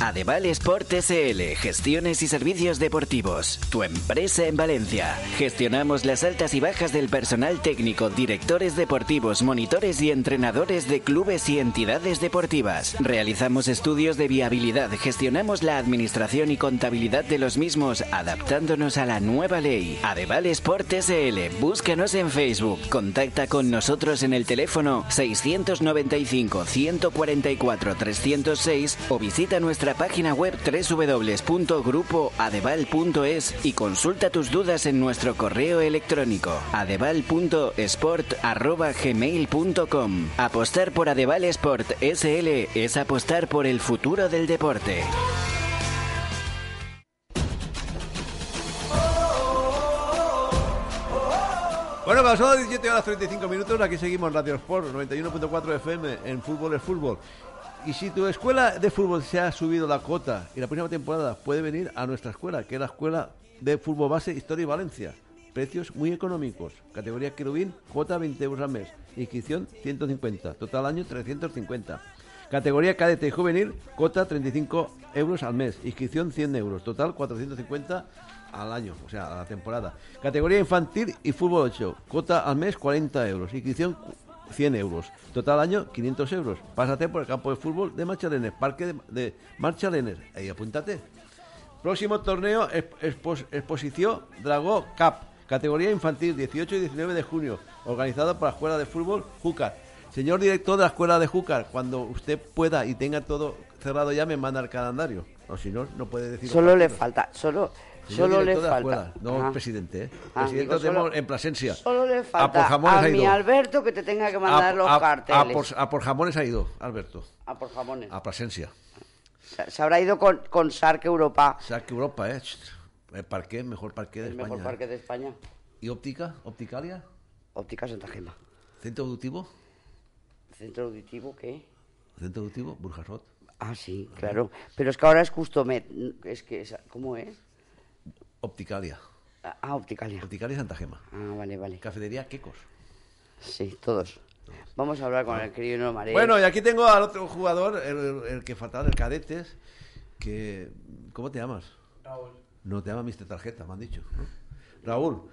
Speaker 1: Adeval Sport SL, gestiones y servicios deportivos. Tu empresa en Valencia. Gestionamos las altas y bajas del personal técnico, directores deportivos, monitores y entrenadores de clubes y entidades deportivas. Realizamos estudios de viabilidad, gestionamos la administración y contabilidad de los mismos, adaptándonos a la nueva ley. Adeval Sport SL, búscanos en Facebook. Contacta con nosotros en el teléfono 695 144 306 o visita nuestra página web www.grupoadeval.es y consulta tus dudas en nuestro correo electrónico adeval.sport@gmail.com. Apostar por Adeval Sport SL es apostar por el futuro del deporte.
Speaker 3: Bueno, pues son las 17 horas 35 minutos. Aquí seguimos en Radio Sport 91.4 FM en Fútbol es Fútbol. Y si tu escuela de fútbol se ha subido la cota y la próxima temporada puede venir a nuestra escuela, que es la Escuela de Fútbol Base Historia y Valencia. Precios muy económicos. Categoría querubín, cuota 20 euros al mes. Inscripción 150. Total año 350. Categoría cadete y juvenil, cuota 35 euros al mes. Inscripción 100 euros. Total 450 al año, o sea, a la temporada. Categoría infantil y fútbol 8. Cota al mes 40 euros. Inscripción cu- 100 euros. Total año 500 euros. Pásate por el campo de fútbol de Marchalenes, parque de, de Marchalenes. Ahí apúntate. Próximo torneo es- expos- exposición Dragó Cup. Categoría infantil 18 y 19 de junio. Organizado por la Escuela de Fútbol Júcar. Señor director de la Escuela de Júcar, cuando usted pueda y tenga todo cerrado ya, me manda el calendario. O si no, no puede decir.
Speaker 4: Solo le
Speaker 3: falta
Speaker 4: falta, solo,
Speaker 3: Señor
Speaker 4: solo le
Speaker 3: director de la
Speaker 4: falta.
Speaker 3: escuela, No,
Speaker 4: Ajá.
Speaker 3: presidente. ¿eh?
Speaker 4: Ah,
Speaker 3: presidente
Speaker 4: digo,
Speaker 3: lo tenemos
Speaker 4: solo-
Speaker 3: en Plasencia.
Speaker 4: Solo le
Speaker 3: A Ah, por
Speaker 4: falta
Speaker 3: jamones
Speaker 4: a,
Speaker 3: ha
Speaker 4: mi
Speaker 3: ido.
Speaker 4: Alberto que te tenga que mandar
Speaker 3: a,
Speaker 4: los
Speaker 3: a-
Speaker 4: carteles.
Speaker 3: a ah, por, a por jamones ha ido, Alberto.
Speaker 4: Ah, por jamones.
Speaker 3: A Plasencia.
Speaker 4: Se, se habrá ido con, con Sark Europa.
Speaker 3: O sea, que Europa, ¿eh? Ch, El parqué, mejor parqué de
Speaker 4: El
Speaker 3: España.
Speaker 4: mejor
Speaker 3: ¿eh?
Speaker 4: parque de España.
Speaker 3: ¿Y óptica? ¿Opticalia?
Speaker 4: Óptica Santa Gema.
Speaker 3: ¿Centro auditivo?
Speaker 4: Centro auditivo, ¿qué?
Speaker 3: ¿Centro auditivo? Burjasot.
Speaker 4: Ah, sí, claro. Pero es que ahora es Customet. Es que, es- ¿cómo es?
Speaker 3: Opticalia.
Speaker 4: Ah, Opticalia.
Speaker 3: Opticalia Santa Gema.
Speaker 4: Ah, vale, vale.
Speaker 3: Cafetería Quecos.
Speaker 4: Sí, todos. Vamos a hablar con el querido no Maré.
Speaker 3: Bueno, y aquí tengo al otro jugador, el, el- el que fatal, el cadetes, que... ¿Cómo te llamas? Raúl. No, te llamas Mr. Tarjeta, me han dicho. ¿no? Raúl,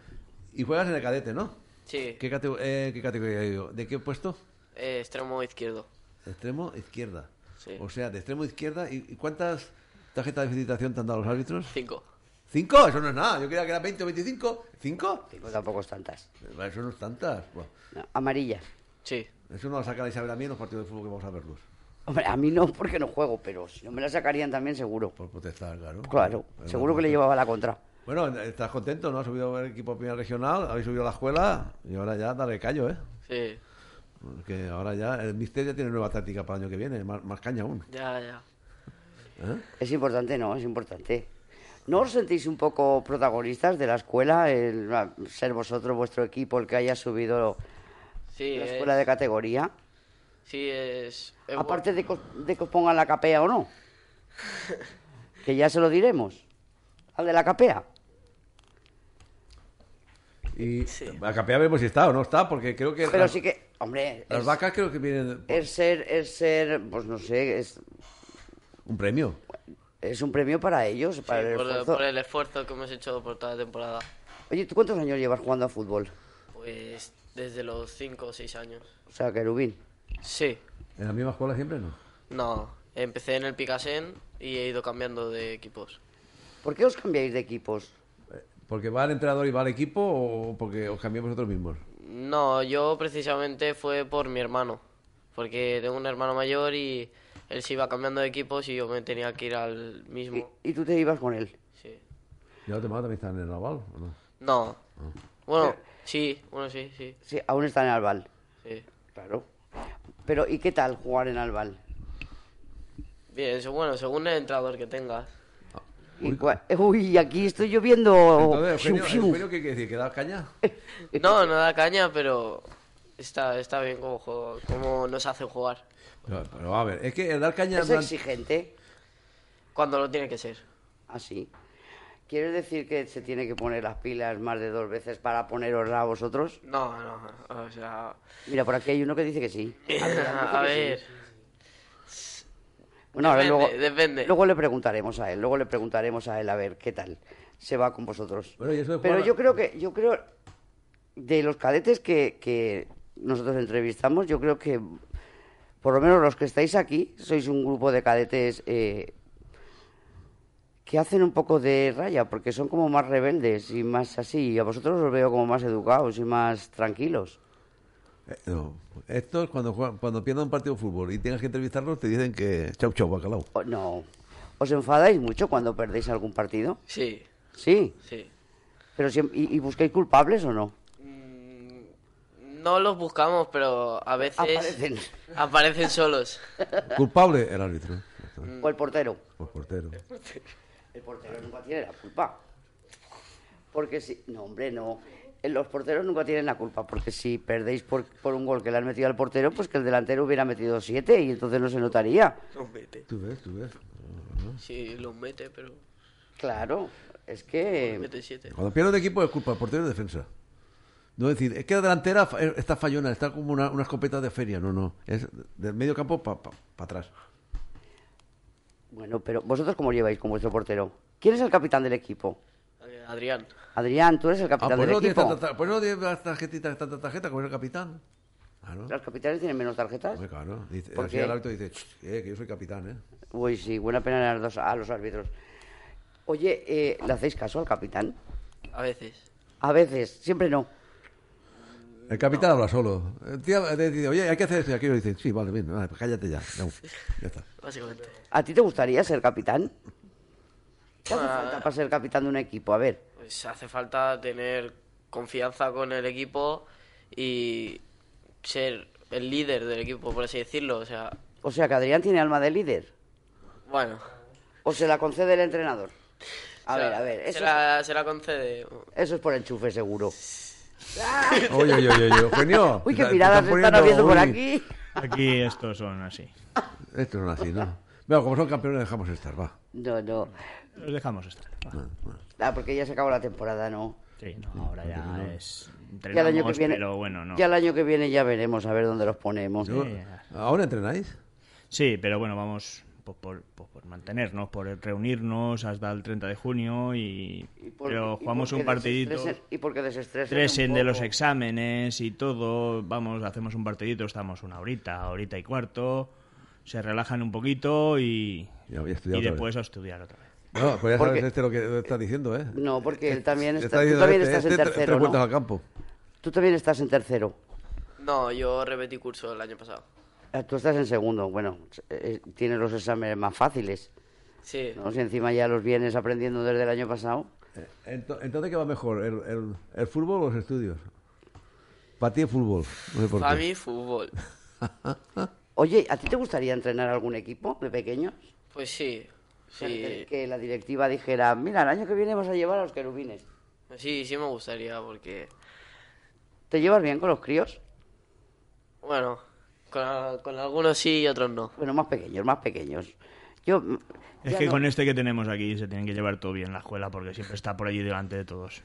Speaker 3: y juegas en el cadete, ¿no?
Speaker 12: Sí,
Speaker 3: ¿Qué, cate- eh, qué categoría digo? ¿De qué puesto?
Speaker 12: eh, extremo izquierdo.
Speaker 3: Extremo izquierda.
Speaker 12: Sí.
Speaker 3: O sea, de extremo izquierda. ¿Y y cuántas tarjetas de felicitación te han dado los árbitros?
Speaker 12: Cinco.
Speaker 3: ¿Cinco? Eso no es nada. Yo creía que eran 20 o 25. ¿Cinco?
Speaker 4: Cinco tampoco es tantas.
Speaker 3: Eso no es tantas. Buah.
Speaker 4: Amarillas.
Speaker 12: Sí.
Speaker 3: Eso no lo saca la Isabel a mí en los partidos de fútbol que vamos a verlos.
Speaker 4: Hombre, a mí no, porque no juego, pero si no me la sacarían también seguro.
Speaker 3: Por protestar, claro.
Speaker 4: Claro,
Speaker 3: Bueno,
Speaker 4: seguro que le llevaba la contra.
Speaker 3: Bueno, estás contento, ¿no? Has subido el equipo a primera regional, habéis subido a la escuela y ahora ya darle callo, ¿eh?
Speaker 12: Sí,
Speaker 3: Porque ahora ya el Mister ya tiene nueva táctica para el año que viene, más, más caña aún.
Speaker 12: ya, ya.
Speaker 3: ¿eh?
Speaker 4: Es importante, no, es importante. ¿No os sentís un poco protagonistas de la escuela? El ah, ser vosotros, vuestro equipo, el que haya subido
Speaker 12: Sí,
Speaker 4: la
Speaker 12: eh,
Speaker 4: escuela de categoría.
Speaker 12: sí es... es bu-
Speaker 4: Aparte de que, os- de que os pongan la capea o no. que ya se lo diremos. Al de la capea.
Speaker 3: Y a Capea veremos si está o no está, porque creo que.
Speaker 4: Pero
Speaker 3: las,
Speaker 4: sí que, hombre,
Speaker 3: Las
Speaker 4: es,
Speaker 3: vacas creo que vienen.
Speaker 4: es ser, es ser, pues no sé, es,
Speaker 3: Un premio.
Speaker 4: es un premio para ellos, para el
Speaker 12: por,
Speaker 4: esfuerzo.
Speaker 12: por el esfuerzo que hemos hecho por toda la temporada.
Speaker 4: Oye, ¿tú cuántos años llevas jugando a fútbol?
Speaker 12: Pues desde los cinco o seis años.
Speaker 4: O sea, querubín.
Speaker 12: Sí.
Speaker 3: ¿En la misma escuela siempre no?
Speaker 12: No, empecé en el Picasen y he ido cambiando de equipos.
Speaker 4: ¿Por qué os cambiáis de equipos?
Speaker 3: ¿Porque va el entrenador y va el equipo o porque os cambiáis vosotros mismos?
Speaker 12: No, yo precisamente fue por mi hermano, porque tengo un hermano mayor y él se iba cambiando de equipos y yo me tenía que ir al mismo.
Speaker 4: Y tú te ibas con él.
Speaker 12: Sí.
Speaker 3: ¿Ya los demás también están en el naval o no?
Speaker 12: No. Bueno, Sí, bueno, sí, sí.
Speaker 4: Sí, aún está en Albal.
Speaker 12: Sí.
Speaker 4: Claro. Pero, ¿y qué tal jugar en Albal?
Speaker 12: Bien, se- bueno, según el entrenador que tengas.
Speaker 4: Y cua- Uy, aquí estoy lloviendo.
Speaker 12: Entonces,
Speaker 4: Fiu,
Speaker 12: Eugenio-
Speaker 4: fiu.
Speaker 12: Eugenio,
Speaker 3: ¿Qué quiere decir? ¿Que da caña?
Speaker 12: No, no da caña, pero está, está bien como, juego, como nos hace jugar.
Speaker 3: Pero, pero, a ver, es que el dar caña... en
Speaker 4: Es
Speaker 3: plan-
Speaker 4: exigente.
Speaker 12: Cuando lo tiene que ser.
Speaker 4: Así. ¿Quieres decir que se tiene que poner las pilas más de dos veces para ponerosla a vosotros?
Speaker 12: No, no, o sea...
Speaker 4: Mira, por aquí hay uno que dice que sí. A ver, a ver,
Speaker 12: A ver,
Speaker 4: Bueno, ahora
Speaker 12: Depende,
Speaker 4: luego, luego le preguntaremos a él, luego le preguntaremos a él a ver qué tal se va con vosotros.
Speaker 3: Bueno, y eso de
Speaker 4: Pero
Speaker 3: jugar-
Speaker 4: yo creo que, yo creo, de los cadetes que, que nosotros entrevistamos, yo creo que, por lo menos los que estáis aquí, sois un grupo de cadetes eh, que hacen un poco de raya, porque son como más rebeldes y más así, y a vosotros os veo como más educados y más tranquilos.
Speaker 3: Eh, no. Estos, cuando, juegan- cuando pierdan un partido de fútbol y tengas que entrevistarlos, te dicen que chau, chau, bacalao.
Speaker 4: O- no. ¿Os enfadáis mucho cuando perdéis algún partido?
Speaker 12: sí,
Speaker 4: Sí.
Speaker 12: sí.
Speaker 4: Pero siem- ¿y, y buscáis culpables o no?
Speaker 12: No los buscamos, pero a veces...
Speaker 4: Aparecen.
Speaker 12: aparecen solos.
Speaker 3: Culpable el árbitro,
Speaker 4: ¿O el portero?
Speaker 3: o el portero.
Speaker 4: El portero nunca tiene la culpa. Porque si... No, hombre, no. Eh, Los porteros nunca tienen la culpa, porque si perdéis por, por un gol que le han metido al portero, pues que el delantero hubiera metido siete y entonces no se notaría.
Speaker 12: Los mete.
Speaker 3: Tú ves, tú ves.
Speaker 12: Sí, los mete, pero...
Speaker 4: Claro, es
Speaker 12: los
Speaker 4: que...
Speaker 12: mete siete.
Speaker 3: Cuando pierde un equipo es culpa del portero y defensa. No es decir, es que la delantera fa- eh, está fallona, está como una, una escopeta de feria. No, no. Es del medio campo para atrás.
Speaker 4: Bueno, pero ¿vosotros cómo lleváis con vuestro portero? ¿Quién es el capitán del equipo?
Speaker 12: Adrián.
Speaker 4: Adrián, tú eres el
Speaker 3: Ah,
Speaker 4: capitán
Speaker 3: pues,
Speaker 4: del
Speaker 3: no tiene
Speaker 4: equipo.
Speaker 3: tanta, tar- pues no tiene las tarjetitas, tanta tarjeta como es el capitán. Claro.
Speaker 4: ¿Los capitanes tienen menos tarjetas?
Speaker 3: Hombre, claro. Dice,
Speaker 4: ¿Por
Speaker 3: así
Speaker 4: qué?
Speaker 3: el árbitro dice, "Ch, eh, que yo soy capitán, ¿eh?
Speaker 4: Uy, sí, buena pena a los, dos- a los árbitros. Oye, eh, ¿le hacéis caso al capitán?
Speaker 12: A veces.
Speaker 4: A veces, siempre no.
Speaker 3: El capitán habla solo. El tío le dice, oye, hay que hacer esto y aquello. Dice, sí, vale, bien, vale, pues cállate ya. Ya, ya está.
Speaker 12: Básicamente.
Speaker 4: ¿A ti te gustaría ser capitán? ¿Qué hace
Speaker 12: Ah.
Speaker 4: falta para ser capitán de un equipo? A ver,
Speaker 12: Pues hace falta tener confianza con el equipo y ser el líder del equipo, por así decirlo. O sea,
Speaker 4: o sea, que Adrián tiene alma de líder.
Speaker 12: bueno.
Speaker 4: ¿O se la concede el entrenador? A
Speaker 12: o sea,
Speaker 4: ver, a ver,
Speaker 12: Se
Speaker 4: eso,
Speaker 12: la, se la concede.
Speaker 4: eso es por enchufe seguro.
Speaker 3: Oye, oye, oye, oye, Eugenio.
Speaker 4: Uy,
Speaker 3: te
Speaker 4: qué
Speaker 3: ta- te
Speaker 4: miradas están,
Speaker 3: poniendo-
Speaker 4: habiendo por
Speaker 3: uy,
Speaker 4: aquí.
Speaker 13: Aquí estos son así.
Speaker 3: Esto no es así, ¿no? Bueno, como son campeones, dejamos estar, va.
Speaker 4: No, no.
Speaker 13: Los dejamos estar.
Speaker 4: Ah, porque ya se acabó la temporada, ¿no?
Speaker 13: Sí, no, ahora ya es.
Speaker 4: Ya el año que
Speaker 13: entrenamos,
Speaker 4: viene.
Speaker 13: Pero bueno, no.
Speaker 4: Ya el año que viene ya veremos a ver dónde los ponemos.
Speaker 13: Sí.
Speaker 3: ¿Ahora entrenáis?
Speaker 13: Sí, pero bueno, vamos pues, por, pues, por mantenernos, por reunirnos hasta el 30 de junio y.
Speaker 4: Por-
Speaker 13: pero
Speaker 4: y
Speaker 13: jugamos
Speaker 4: porque
Speaker 13: un partidito.
Speaker 4: desestresen- Y porque desestresen.
Speaker 13: Tres
Speaker 4: un
Speaker 13: en de los
Speaker 4: poco.
Speaker 13: exámenes y todo. Vamos, hacemos un partidito, estamos una horita, horita y cuarto. Se relajan un poquito y.
Speaker 3: Y a estudiar
Speaker 13: Y
Speaker 3: otra
Speaker 13: después a estudiar otra vez.
Speaker 3: No, pues ya sabes
Speaker 4: Porque-
Speaker 3: este lo que está diciendo, ¿eh?
Speaker 4: No, porque él también
Speaker 3: Está
Speaker 4: está, tú
Speaker 3: diciendo
Speaker 4: también
Speaker 3: este,
Speaker 4: estás en
Speaker 3: este, tres-
Speaker 4: tercero,
Speaker 3: tres vueltas
Speaker 4: ¿no?
Speaker 3: al campo.
Speaker 4: Tú también estás en tercero.
Speaker 12: No, yo repetí curso el año pasado.
Speaker 4: Ah, Tú estás en segundo. Bueno, eh, eh, tienes los exámenes más fáciles.
Speaker 12: Sí.
Speaker 4: ¿no? Si encima ya los vienes aprendiendo desde el año pasado.
Speaker 3: Eh, ento- Entonces, ¿qué va mejor? ¿El, el, el fútbol o los estudios? Para ti el fútbol. No sé por
Speaker 12: Para
Speaker 3: qué.
Speaker 12: mí, fútbol.
Speaker 4: Oye, ¿a ti te gustaría entrenar algún equipo de pequeños?
Speaker 12: Pues sí.
Speaker 4: Que,
Speaker 12: Sí,
Speaker 4: que la directiva dijera, mira, el año que viene vas a llevar a los querubines.
Speaker 12: sí, sí me gustaría porque,
Speaker 4: ¿Te llevas bien con los críos?
Speaker 12: bueno, con, con algunos sí y otros no.
Speaker 4: Bueno, más pequeños, más pequeños. Yo... mm,
Speaker 13: Es
Speaker 4: ya
Speaker 13: que
Speaker 4: no-
Speaker 13: con este que tenemos aquí se tienen que llevar todo bien la escuela porque siempre está por allí delante de todos.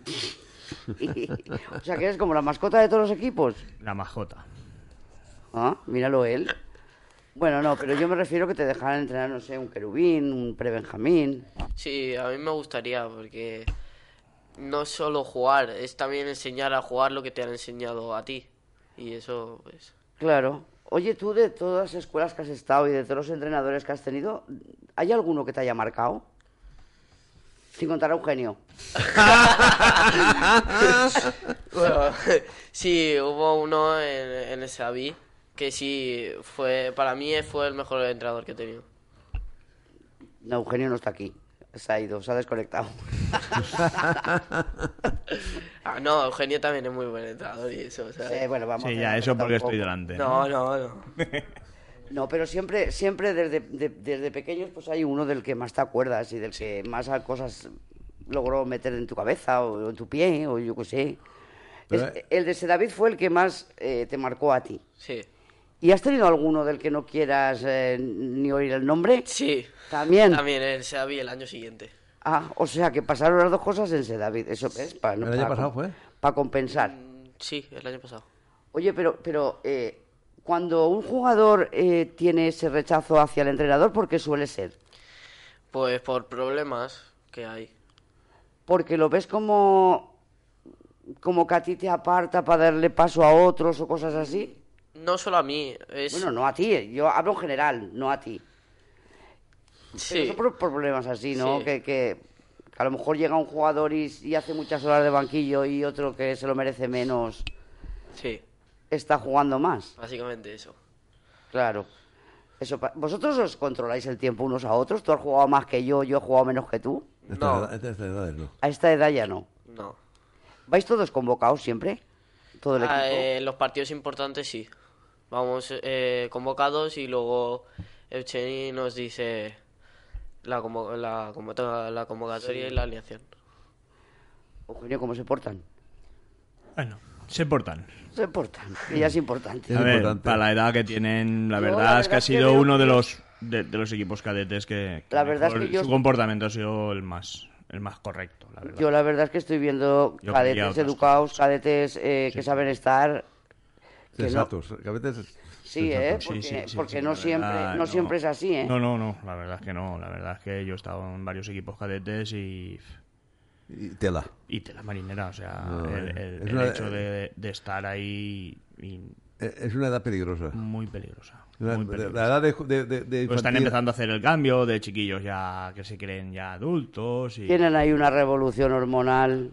Speaker 4: o sea, que eres como la mascota de todos los equipos.
Speaker 13: La majota.
Speaker 4: Ah, míralo él. Bueno, no, pero yo me refiero que te dejaran entrenar, no sé, un querubín, un prebenjamín.
Speaker 12: Sí, a mí me gustaría porque no es solo jugar, es también enseñar a jugar lo que te han enseñado a ti. Y eso, pues,
Speaker 4: Claro. Oye, tú de todas las escuelas que has estado y de todos los entrenadores que has tenido, ¿hay alguno que te haya marcado? Sin contar a Eugenio.
Speaker 12: Bueno, sí, hubo uno en, en el Sabi que sí fue, para mí fue el mejor entrenador que he tenido.
Speaker 4: No, Eugenio no está aquí. Se ha ido, se ha desconectado.
Speaker 12: Ah, no, Eugenio también es muy buen entrenador y eso, o sea.
Speaker 4: Sí, bueno, vamos.
Speaker 13: Sí, ya, eso porque estoy delante.
Speaker 12: No, no, no.
Speaker 4: No, pero siempre, siempre desde, de- desde pequeños pues hay uno del que más te acuerdas y del que más cosas logró meter en tu cabeza o en tu pie o yo qué sé.
Speaker 12: Pero,
Speaker 4: Es- el de ese David fue el que más eh, te marcó a ti.
Speaker 12: Sí.
Speaker 4: ¿Y has tenido alguno del que no quieras eh, ni oír el nombre?
Speaker 12: Sí.
Speaker 4: También.
Speaker 12: También el Xavi el año siguiente.
Speaker 4: Ah, o sea que pasaron las dos cosas en ese David. Eso es para,
Speaker 12: El año pasado
Speaker 3: fue.
Speaker 4: Para compensar.
Speaker 12: Sí, el año pasado.
Speaker 4: Oye, pero, pero eh, cuando un jugador eh, tiene ese rechazo hacia el entrenador, ¿por qué suele ser?
Speaker 12: Pues por problemas que hay.
Speaker 4: Porque lo ves como, como que a ti te aparta para darle paso a otros o cosas así.
Speaker 12: No solo a mí, es.
Speaker 4: ¿Ah, Bueno, no a ti, eh, yo hablo en general, no a ti. Pero
Speaker 12: Sí.
Speaker 4: son por por problemas así, ¿no?
Speaker 12: Sí.
Speaker 4: Que, que a lo mejor llega un jugador y, y hace muchas horas de banquillo y otro que se lo merece menos
Speaker 12: Sí,
Speaker 4: está jugando más.
Speaker 12: básicamente eso.
Speaker 4: Claro. Eso pa- ¿Vosotros os controláis el tiempo unos a otros? ¿Tú has jugado más que yo, yo he jugado menos que tú?
Speaker 3: Esta edad- esta- esta edad es no.
Speaker 4: A esta edad ya no.
Speaker 12: No.
Speaker 4: ¿Vais todos convocados siempre? Todo el equipo.
Speaker 12: Ah, eh, los partidos importantes sí. Vamos eh, convocados y luego Eucheni nos dice la, convo- la, convoca- la convocatoria
Speaker 4: Sí.
Speaker 12: y la alineación.
Speaker 4: Eugenio, ¿cómo se portan?
Speaker 13: Se portan.
Speaker 4: Se portan, que ya es importante.
Speaker 13: A ver, para la edad que tienen, la
Speaker 4: Yo,
Speaker 13: verdad,
Speaker 4: la
Speaker 13: es que
Speaker 4: verdad
Speaker 13: ha
Speaker 4: es que
Speaker 13: sido
Speaker 4: veo
Speaker 13: uno de
Speaker 4: que-
Speaker 13: los de, de los equipos cadetes que, que
Speaker 4: La verdad es
Speaker 13: mejor-
Speaker 4: que yo-
Speaker 13: su comportamiento ha sido el más el más correcto, la verdad.
Speaker 4: Yo la verdad es que estoy viendo
Speaker 13: Yo quería
Speaker 4: cadetes
Speaker 13: otras
Speaker 4: educados, cadetes eh, que saben estar. que no-
Speaker 3: Sensatos. que a veces-
Speaker 4: Sí,
Speaker 3: sensatos.
Speaker 4: ¿eh? Porque, porque no, siempre, no, siempre es así, ¿eh?
Speaker 13: No, no, no, la verdad es que no, la verdad es que yo he estado en varios equipos cadetes y
Speaker 3: y tela.
Speaker 13: Y tela marinera, o sea,
Speaker 3: No,
Speaker 13: el,
Speaker 3: eh,
Speaker 13: el-
Speaker 3: es
Speaker 13: el
Speaker 3: una-
Speaker 13: hecho de, de estar ahí y-
Speaker 3: Eh, Es una edad peligrosa.
Speaker 13: Muy peligrosa.
Speaker 3: La,
Speaker 13: muy
Speaker 3: la-
Speaker 13: peligrosa.
Speaker 3: la edad de, ju- de- de- de
Speaker 13: Pues están
Speaker 3: infantil-
Speaker 13: empezando a hacer el cambio de chiquillos ya que se creen ya adultos y
Speaker 4: Tienen ahí una revolución hormonal.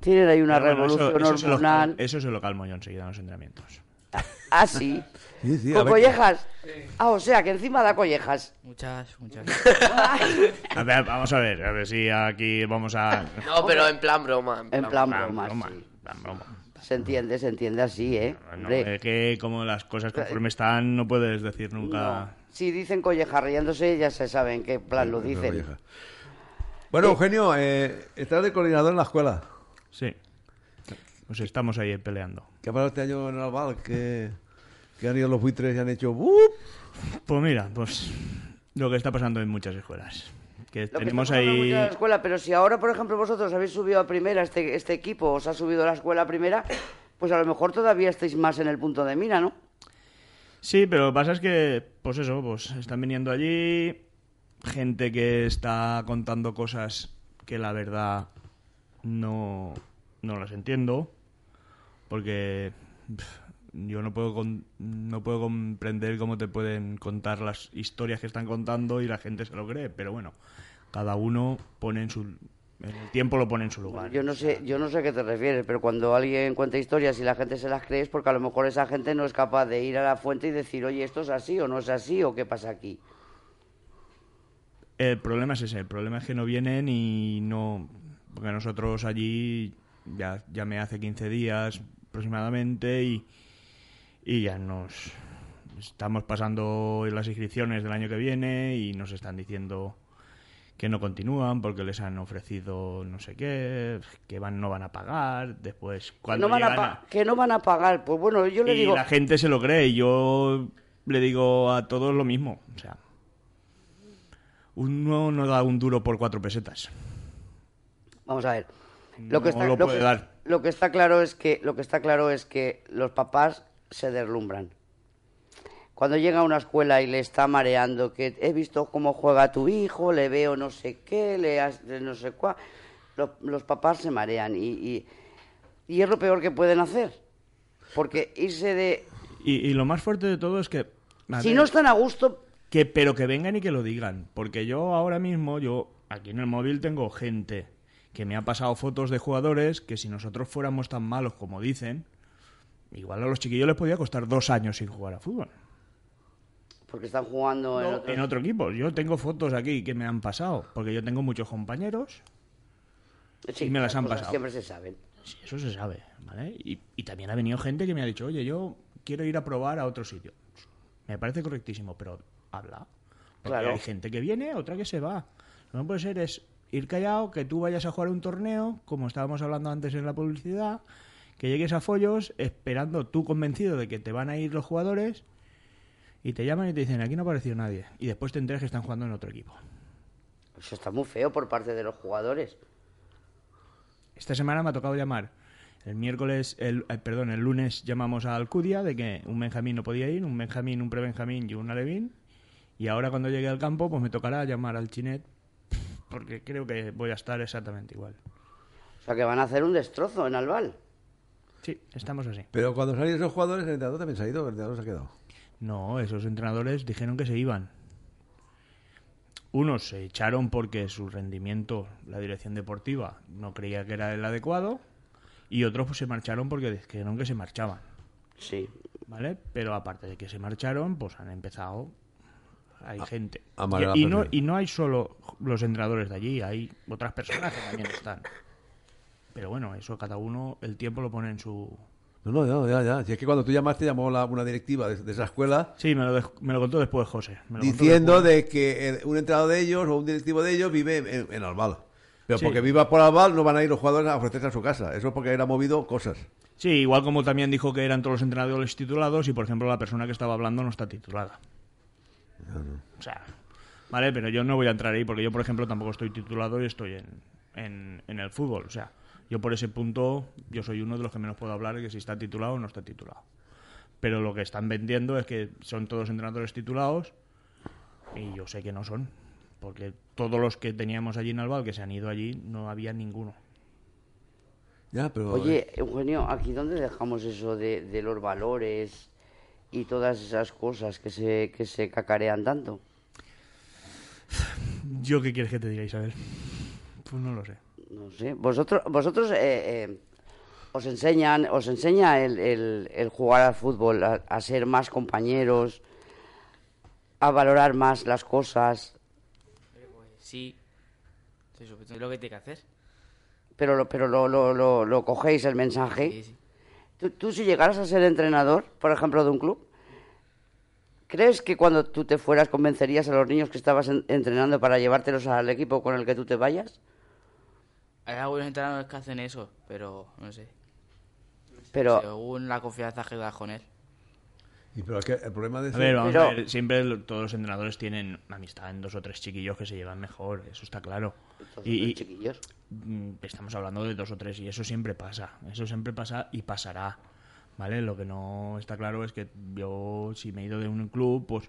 Speaker 4: Tienen ahí una
Speaker 13: Pero bueno, eso-
Speaker 4: revolución
Speaker 13: eso se lo cal-
Speaker 4: hormonal.
Speaker 13: eso se lo calmo yo enseguida en los entrenamientos.
Speaker 4: Ah, sí.
Speaker 3: Sí, sí, a
Speaker 4: ¿Con
Speaker 3: ver-
Speaker 4: collejas? Ah, o sea, que encima da collejas.
Speaker 5: Muchas, muchas.
Speaker 13: A ver, vamos a ver, a ver si aquí vamos a.
Speaker 12: No, pero en plan broma. En plan,
Speaker 4: En plan broma, sí.
Speaker 13: plan broma.
Speaker 4: Se entiende, se entiende así, ¿eh?
Speaker 13: No,
Speaker 4: Hombre.
Speaker 13: es que como las cosas conforme están no puedes decir nunca.
Speaker 4: Si dicen collejas riéndose, ya se sabe en qué plan lo
Speaker 3: Sí, es una
Speaker 4: dicen.
Speaker 3: colleja. Bueno, Eugenio, eh, estás de coordinador en la escuela.
Speaker 13: Sí. Pues estamos ahí peleando.
Speaker 3: ¿Qué ha pasado este año en el Albal? Que, que han ido los buitres y han hecho... ¡bup!
Speaker 13: Pues mira, pues lo que está pasando en muchas escuelas. Que
Speaker 4: Lo que
Speaker 13: tenemos
Speaker 4: está pasando
Speaker 13: ahí.
Speaker 4: mucho en la escuela, pero si ahora, por ejemplo, vosotros habéis subido a primera, este, este equipo os ha subido a la escuela a primera, pues a lo mejor todavía estáis más en el punto de mira, ¿no?
Speaker 13: Sí, pero lo que pasa es que, pues eso, pues están viniendo allí gente que está contando cosas que la verdad no, no las entiendo, porque pf, yo no puedo, con- no puedo comprender cómo te pueden contar las historias que están contando y la gente se lo cree, pero bueno, cada uno pone en su... en El tiempo lo pone en su lugar.
Speaker 4: Yo no sé, yo no sé a qué te refieres, pero cuando alguien cuenta historias y la gente se las cree es porque a lo mejor esa gente no es capaz de ir a la fuente y decir, oye, esto es así o no es así o qué pasa aquí.
Speaker 13: El problema es ese, el problema es que no vienen y no... Porque nosotros allí ya, ya me hace 15 días aproximadamente y, y ya nos... Estamos pasando las inscripciones del año que viene y nos están diciendo que no continúan porque les han ofrecido no sé qué, que van no van a pagar, después
Speaker 4: Que
Speaker 13: cuando
Speaker 4: no, van a
Speaker 13: llegan a-
Speaker 4: pa- que no van a pagar. Pues bueno, yo le
Speaker 13: y
Speaker 4: digo,
Speaker 13: la gente se lo cree. Y yo le digo a todos lo mismo. O sea, uno no da un duro por cuatro pesetas.
Speaker 4: vamos a ver. Lo que
Speaker 13: No
Speaker 4: está,
Speaker 13: lo
Speaker 4: lo
Speaker 13: puede
Speaker 4: que-
Speaker 13: dar.
Speaker 4: lo que está claro es que lo que está claro es que los papás se deslumbran. Cuando llega a una escuela y le está mareando que he visto cómo juega tu hijo, le veo no sé qué, le has- le no sé cuá, los, los papás se marean y, y- y es lo peor que pueden hacer. Porque irse de...
Speaker 13: Y, y lo más fuerte de todo es que. a
Speaker 4: si
Speaker 13: ver,
Speaker 4: no están a gusto,
Speaker 13: que pero que vengan y que lo digan. Porque yo ahora mismo, yo aquí en el móvil tengo gente que me ha pasado fotos de jugadores que si nosotros fuéramos tan malos como dicen, igual a los chiquillos les podía costar dos años sin jugar a fútbol.
Speaker 4: porque están jugando en
Speaker 13: No,
Speaker 4: otro...
Speaker 13: en otro equipo. Yo tengo fotos aquí que me han pasado, porque yo tengo muchos compañeros
Speaker 4: Sí,
Speaker 13: y me las han
Speaker 4: cosas
Speaker 13: pasado.
Speaker 4: Siempre se saben.
Speaker 13: Sí, eso se sabe, ¿vale? Y, y también ha venido gente que me ha dicho, oye, yo quiero ir a probar a otro sitio. Me parece correctísimo, pero habla. Porque
Speaker 4: Claro.
Speaker 13: hay gente que viene, otra que se va. Lo que no puede ser es ir callado, que tú vayas a jugar un torneo, como estábamos hablando antes en la publicidad, que llegues a Follos esperando tú convencido de que te van a ir los jugadores y te llaman y te dicen, aquí no ha aparecido nadie. Y después te enteras que están jugando en otro equipo.
Speaker 4: Eso está muy feo por parte de los jugadores.
Speaker 13: Esta semana me ha tocado llamar. El miércoles, el, eh, perdón, el lunes llamamos a Alcudia de que un Benjamín no podía ir, un Benjamín, un pre-Benjamín y un Alevín. Y ahora cuando llegue al campo, pues me tocará llamar al Chinet porque creo que voy a estar exactamente igual.
Speaker 4: O sea, que van a hacer un destrozo en Albal.
Speaker 13: Sí, estamos así.
Speaker 3: Pero cuando salieron esos jugadores, el entrenador también se ha ido, el entrenador se ha quedado.
Speaker 13: No, esos entrenadores dijeron que se iban. Unos se echaron porque su rendimiento, la dirección deportiva, no creía que era el adecuado. Y otros pues, se marcharon porque dijeron que se marchaban.
Speaker 4: Sí.
Speaker 13: ¿Vale? Pero aparte de que se marcharon, pues han empezado. Hay gente.
Speaker 3: a marear
Speaker 13: y, y
Speaker 3: a
Speaker 13: no,
Speaker 3: personas.
Speaker 13: y no hay solo los entrenadores de allí, hay otras personas que también están. Pero bueno, eso cada uno, el tiempo lo pone en su.
Speaker 3: No, no, no, ya, ya. Si es que cuando tú llamaste, llamó la- una directiva de, de esa escuela
Speaker 13: Sí, me lo, dej- me lo contó después José. me lo contó
Speaker 3: diciendo
Speaker 13: después.
Speaker 3: de que eh, un entrenador de ellos o un directivo de ellos vive en, en Albal. Pero
Speaker 13: Sí.
Speaker 3: porque viva por Albal, no van a ir los jugadores a ofrecerse a su casa. Eso es porque él ha movido cosas.
Speaker 13: Sí, igual como también dijo que eran todos los entrenadores titulados y, por ejemplo, la persona que estaba hablando no está titulada. O sea, vale, pero yo no voy a entrar ahí porque yo, por ejemplo, tampoco estoy titulado y estoy en, en- en el fútbol. O sea, yo por ese punto, yo soy uno de los que menos puedo hablar de que si está titulado o no está titulado. Pero lo que están vendiendo es que son todos entrenadores titulados y yo sé que no son. Porque todos los que teníamos allí en Albal que se han ido allí, no había ninguno.
Speaker 3: Ya, pero.
Speaker 4: Oye, Eugenio, ¿aquí dónde dejamos eso de, de los valores y todas esas cosas que se, que se cacarean tanto?
Speaker 13: ¿Yo qué quieres que te diga, Isabel? Pues no lo sé.
Speaker 4: No sé. Vosotros, vosotros eh, eh, os enseñan, os enseña el, el- el jugar al fútbol, a, a ser más compañeros, a valorar más las cosas,
Speaker 5: pues,
Speaker 14: Sí. Se supone que es lo que tiene que hacer.
Speaker 4: pero lo, pero lo, lo, lo- lo cogéis el mensaje. Tú, tú si llegaras a ser entrenador, por ejemplo, de un club, ¿crees que cuando tú te fueras convencerías a los niños que estabas en- entrenando para llevártelos al equipo con el que tú te vayas?
Speaker 14: Hay algunos entrenadores que hacen eso, pero no sé.
Speaker 4: Pero-
Speaker 14: Según la confianza que das con él.
Speaker 3: Y pero es que el problema de
Speaker 13: A
Speaker 3: eso-
Speaker 13: ver, vamos
Speaker 3: Pero-
Speaker 13: a ver, siempre lo- todos los entrenadores tienen amistad en dos o tres chiquillos que se llevan mejor, eso está claro.
Speaker 4: Dos o
Speaker 13: y,
Speaker 4: tres chiquillos.
Speaker 13: mm, Estamos hablando de dos o tres y eso siempre pasa, eso siempre pasa y pasará, ¿vale? Lo que no está claro es que yo si me he ido de un club, pues,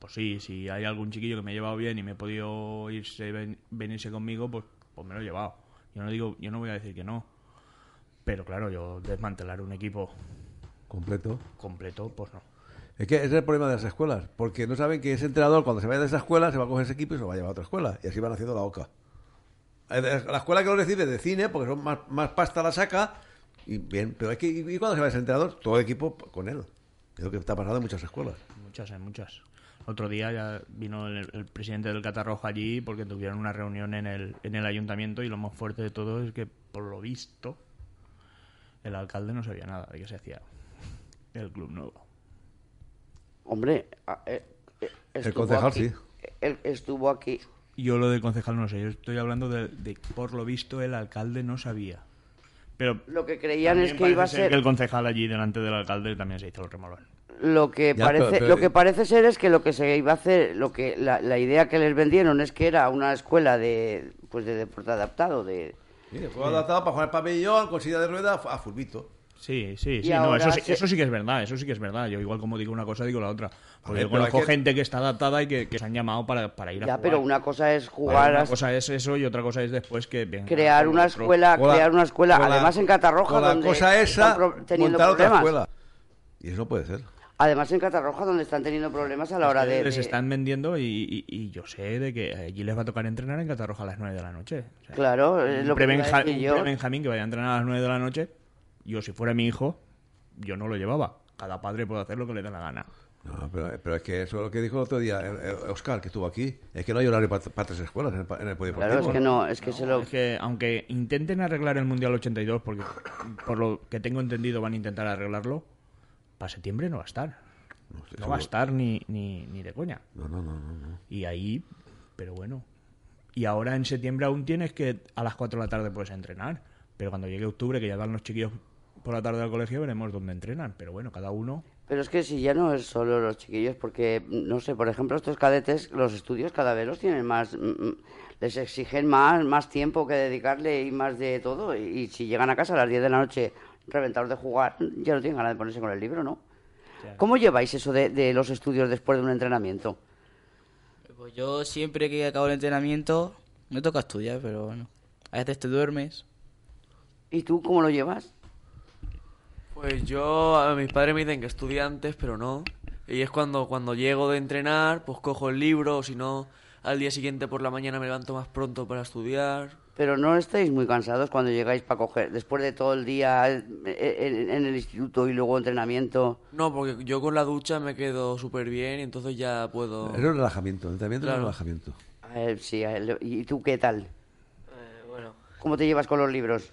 Speaker 13: pues sí, si hay algún chiquillo que me ha llevado bien y me he podido irse, ven- venirse conmigo, pues, pues me lo he llevado. Yo no digo, yo no voy a decir que no, pero claro, yo desmantelar un equipo
Speaker 3: Completo.
Speaker 13: completo, pues no.
Speaker 3: Es que ese es el problema de las escuelas. Porque no saben que ese entrenador, cuando se vaya de esa escuela, se va a coger ese equipo y se lo va a llevar a otra escuela. Y así van haciendo la OCA. Eh, de- La escuela que lo recibe de cine, porque son más, más pasta la saca. Y bien, pero es que. ¿Y y cuando se va ese entrenador? Todo el equipo con él. Es lo que está pasando en muchas escuelas.
Speaker 13: Muchas, hay muchas. Otro día ya vino el, el presidente del Catarroja allí porque tuvieron una reunión en el, en el ayuntamiento y lo más fuerte de todo es que, por lo visto, el alcalde no sabía nada de que se hacía el club nuevo.
Speaker 4: Hombre, a- eh, eh,
Speaker 13: El
Speaker 4: estuvo
Speaker 13: concejal,
Speaker 4: aquí-
Speaker 13: sí.
Speaker 4: Él estuvo aquí.
Speaker 13: Yo lo del concejal no sé, yo estoy hablando de, de por lo visto el alcalde no sabía. Pero
Speaker 4: Lo que creían
Speaker 13: también
Speaker 4: es que
Speaker 13: parece
Speaker 4: iba a ser.
Speaker 13: que el concejal allí delante del alcalde también se hizo el remolón.
Speaker 4: Lo que,
Speaker 13: Ya,
Speaker 4: parece,
Speaker 13: pero- pero-
Speaker 4: lo que parece ser es que lo que se iba a hacer, lo que la, la idea que les vendieron es que era una escuela de pues de deporte adaptado, de
Speaker 3: Mire, fue adaptado para jugar pabellón, con silla de rueda, a fulbito.
Speaker 13: Sí, sí,
Speaker 3: Y
Speaker 13: sí. No,
Speaker 3: ahora
Speaker 13: eso, sí-
Speaker 3: se-
Speaker 13: eso sí que es verdad, eso sí que es verdad. Yo igual como digo una cosa, digo la otra. Porque
Speaker 3: ver,
Speaker 13: yo
Speaker 3: pero
Speaker 13: conozco
Speaker 3: hay que-
Speaker 13: gente que está adaptada y que, que se han llamado para, para ir a
Speaker 4: Ya,
Speaker 13: jugar.
Speaker 4: pero una cosa es
Speaker 13: Vale,
Speaker 4: jugar
Speaker 13: una
Speaker 4: a-
Speaker 13: cosa es eso y otra cosa es después que... venga,
Speaker 4: crear
Speaker 13: con
Speaker 4: una
Speaker 13: otro-
Speaker 4: escuela, crear una escuela,
Speaker 13: con la-
Speaker 4: además en Catarroja
Speaker 13: con la
Speaker 4: donde
Speaker 13: cosa
Speaker 3: esa,
Speaker 4: están pro- teniendo
Speaker 3: montar otra
Speaker 4: problemas.
Speaker 3: escuela. Y eso no puede ser.
Speaker 4: Además en Catarroja donde están teniendo problemas a la hora de,
Speaker 13: Les
Speaker 4: de-
Speaker 13: están vendiendo y, y- y yo sé de que allí les va a tocar entrenar en Catarroja a las 9 de la noche. O sea,
Speaker 4: Claro, es
Speaker 13: un
Speaker 4: lo que
Speaker 13: prebenja-
Speaker 4: iba a decir
Speaker 13: un
Speaker 4: yo.
Speaker 13: prebenjamín que vaya a entrenar a las 9 de la noche, yo si fuera mi hijo, yo no lo llevaba. Cada padre puede hacer lo que le dé la gana.
Speaker 3: No, pero, pero es que eso es lo que dijo el otro día el- el Oscar, que estuvo aquí. Es que no hay horario para tres escuelas en el, pa- en el polideportivo.
Speaker 13: es que aunque intenten arreglar el Mundial 82, porque por lo que tengo entendido van a intentar arreglarlo, para septiembre no va a estar. No va a
Speaker 3: seguro.
Speaker 13: estar ni, ni, ni de coña.
Speaker 3: No, no, no, no, no.
Speaker 13: Y ahí, pero bueno. Y ahora en septiembre aún tienes que a las 4 de la tarde puedes entrenar. Pero cuando llegue octubre, que ya van los chiquillos por la tarde al colegio, veremos dónde entrenan. Pero bueno, cada uno.
Speaker 4: Pero es que si ya no es solo los chiquillos, porque, no sé, por ejemplo, estos cadetes, los estudios cada vez los tienen más, mm, mm, les exigen más, más tiempo que dedicarle y más de todo. Y, y si llegan a casa a las 10 de la noche reventados de jugar, ya no tienen ganas de ponerse con el libro, ¿no? ¿Cómo lleváis eso de, de los estudios después de un entrenamiento?
Speaker 5: Pues yo siempre que acabo el entrenamiento me toca estudiar, pero bueno. A veces te duermes.
Speaker 4: ¿Y tú cómo lo llevas?
Speaker 7: Pues yo, a mis padres me dicen que estudie antes, pero no. Y es cuando, cuando llego de entrenar, pues cojo el libro, o si no, al día siguiente por la mañana me levanto más pronto para estudiar.
Speaker 4: Pero no estáis muy cansados cuando llegáis para coger, después de todo el día eh, en, en el instituto y luego entrenamiento.
Speaker 7: No, porque yo con la ducha me quedo súper bien y entonces ya puedo...
Speaker 3: Es un relajamiento, el entrenamiento es un
Speaker 7: Claro.
Speaker 3: relajamiento.
Speaker 4: A ver, sí, a ver, ¿y tú qué tal?
Speaker 12: Eh, bueno.
Speaker 4: ¿Cómo te llevas con los libros?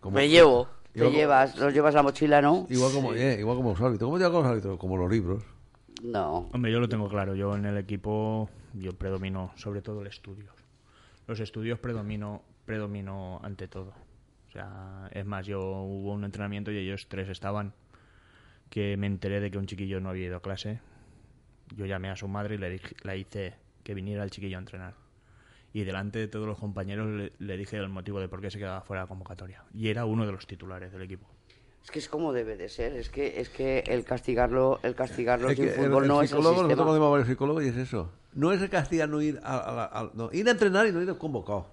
Speaker 3: Como-
Speaker 12: Me llevo.
Speaker 4: Te
Speaker 3: Igual como-
Speaker 4: llevas, los llevas a la mochila, ¿no?
Speaker 3: Igual como, eh, igual como los árbitros. ¿Cómo te llaman los árbitros? Como los libros.
Speaker 4: No.
Speaker 13: Hombre, yo lo tengo claro. Yo en el equipo, yo predomino sobre todo el estudio. Los estudios predomino, predomino ante todo. O sea, es más, yo hubo un entrenamiento y ellos tres estaban, que me enteré de que un chiquillo no había ido a clase. Yo llamé a su madre y le, dije, la hice que viniera el chiquillo a entrenar. Y delante de todos los compañeros le, le dije el motivo de por qué se quedaba fuera de la convocatoria. Y era uno de los titulares del equipo.
Speaker 4: Es que es como debe de ser, es que es que el castigarlo, el castigarlo
Speaker 3: Es
Speaker 4: sin
Speaker 3: que
Speaker 4: fútbol no es el
Speaker 3: psicólogo, nosotros
Speaker 4: sistema.
Speaker 3: conocemos a varios psicólogos y es eso. No es el castigar no ir a, a la- a- no, ir a entrenar y no ir convocado.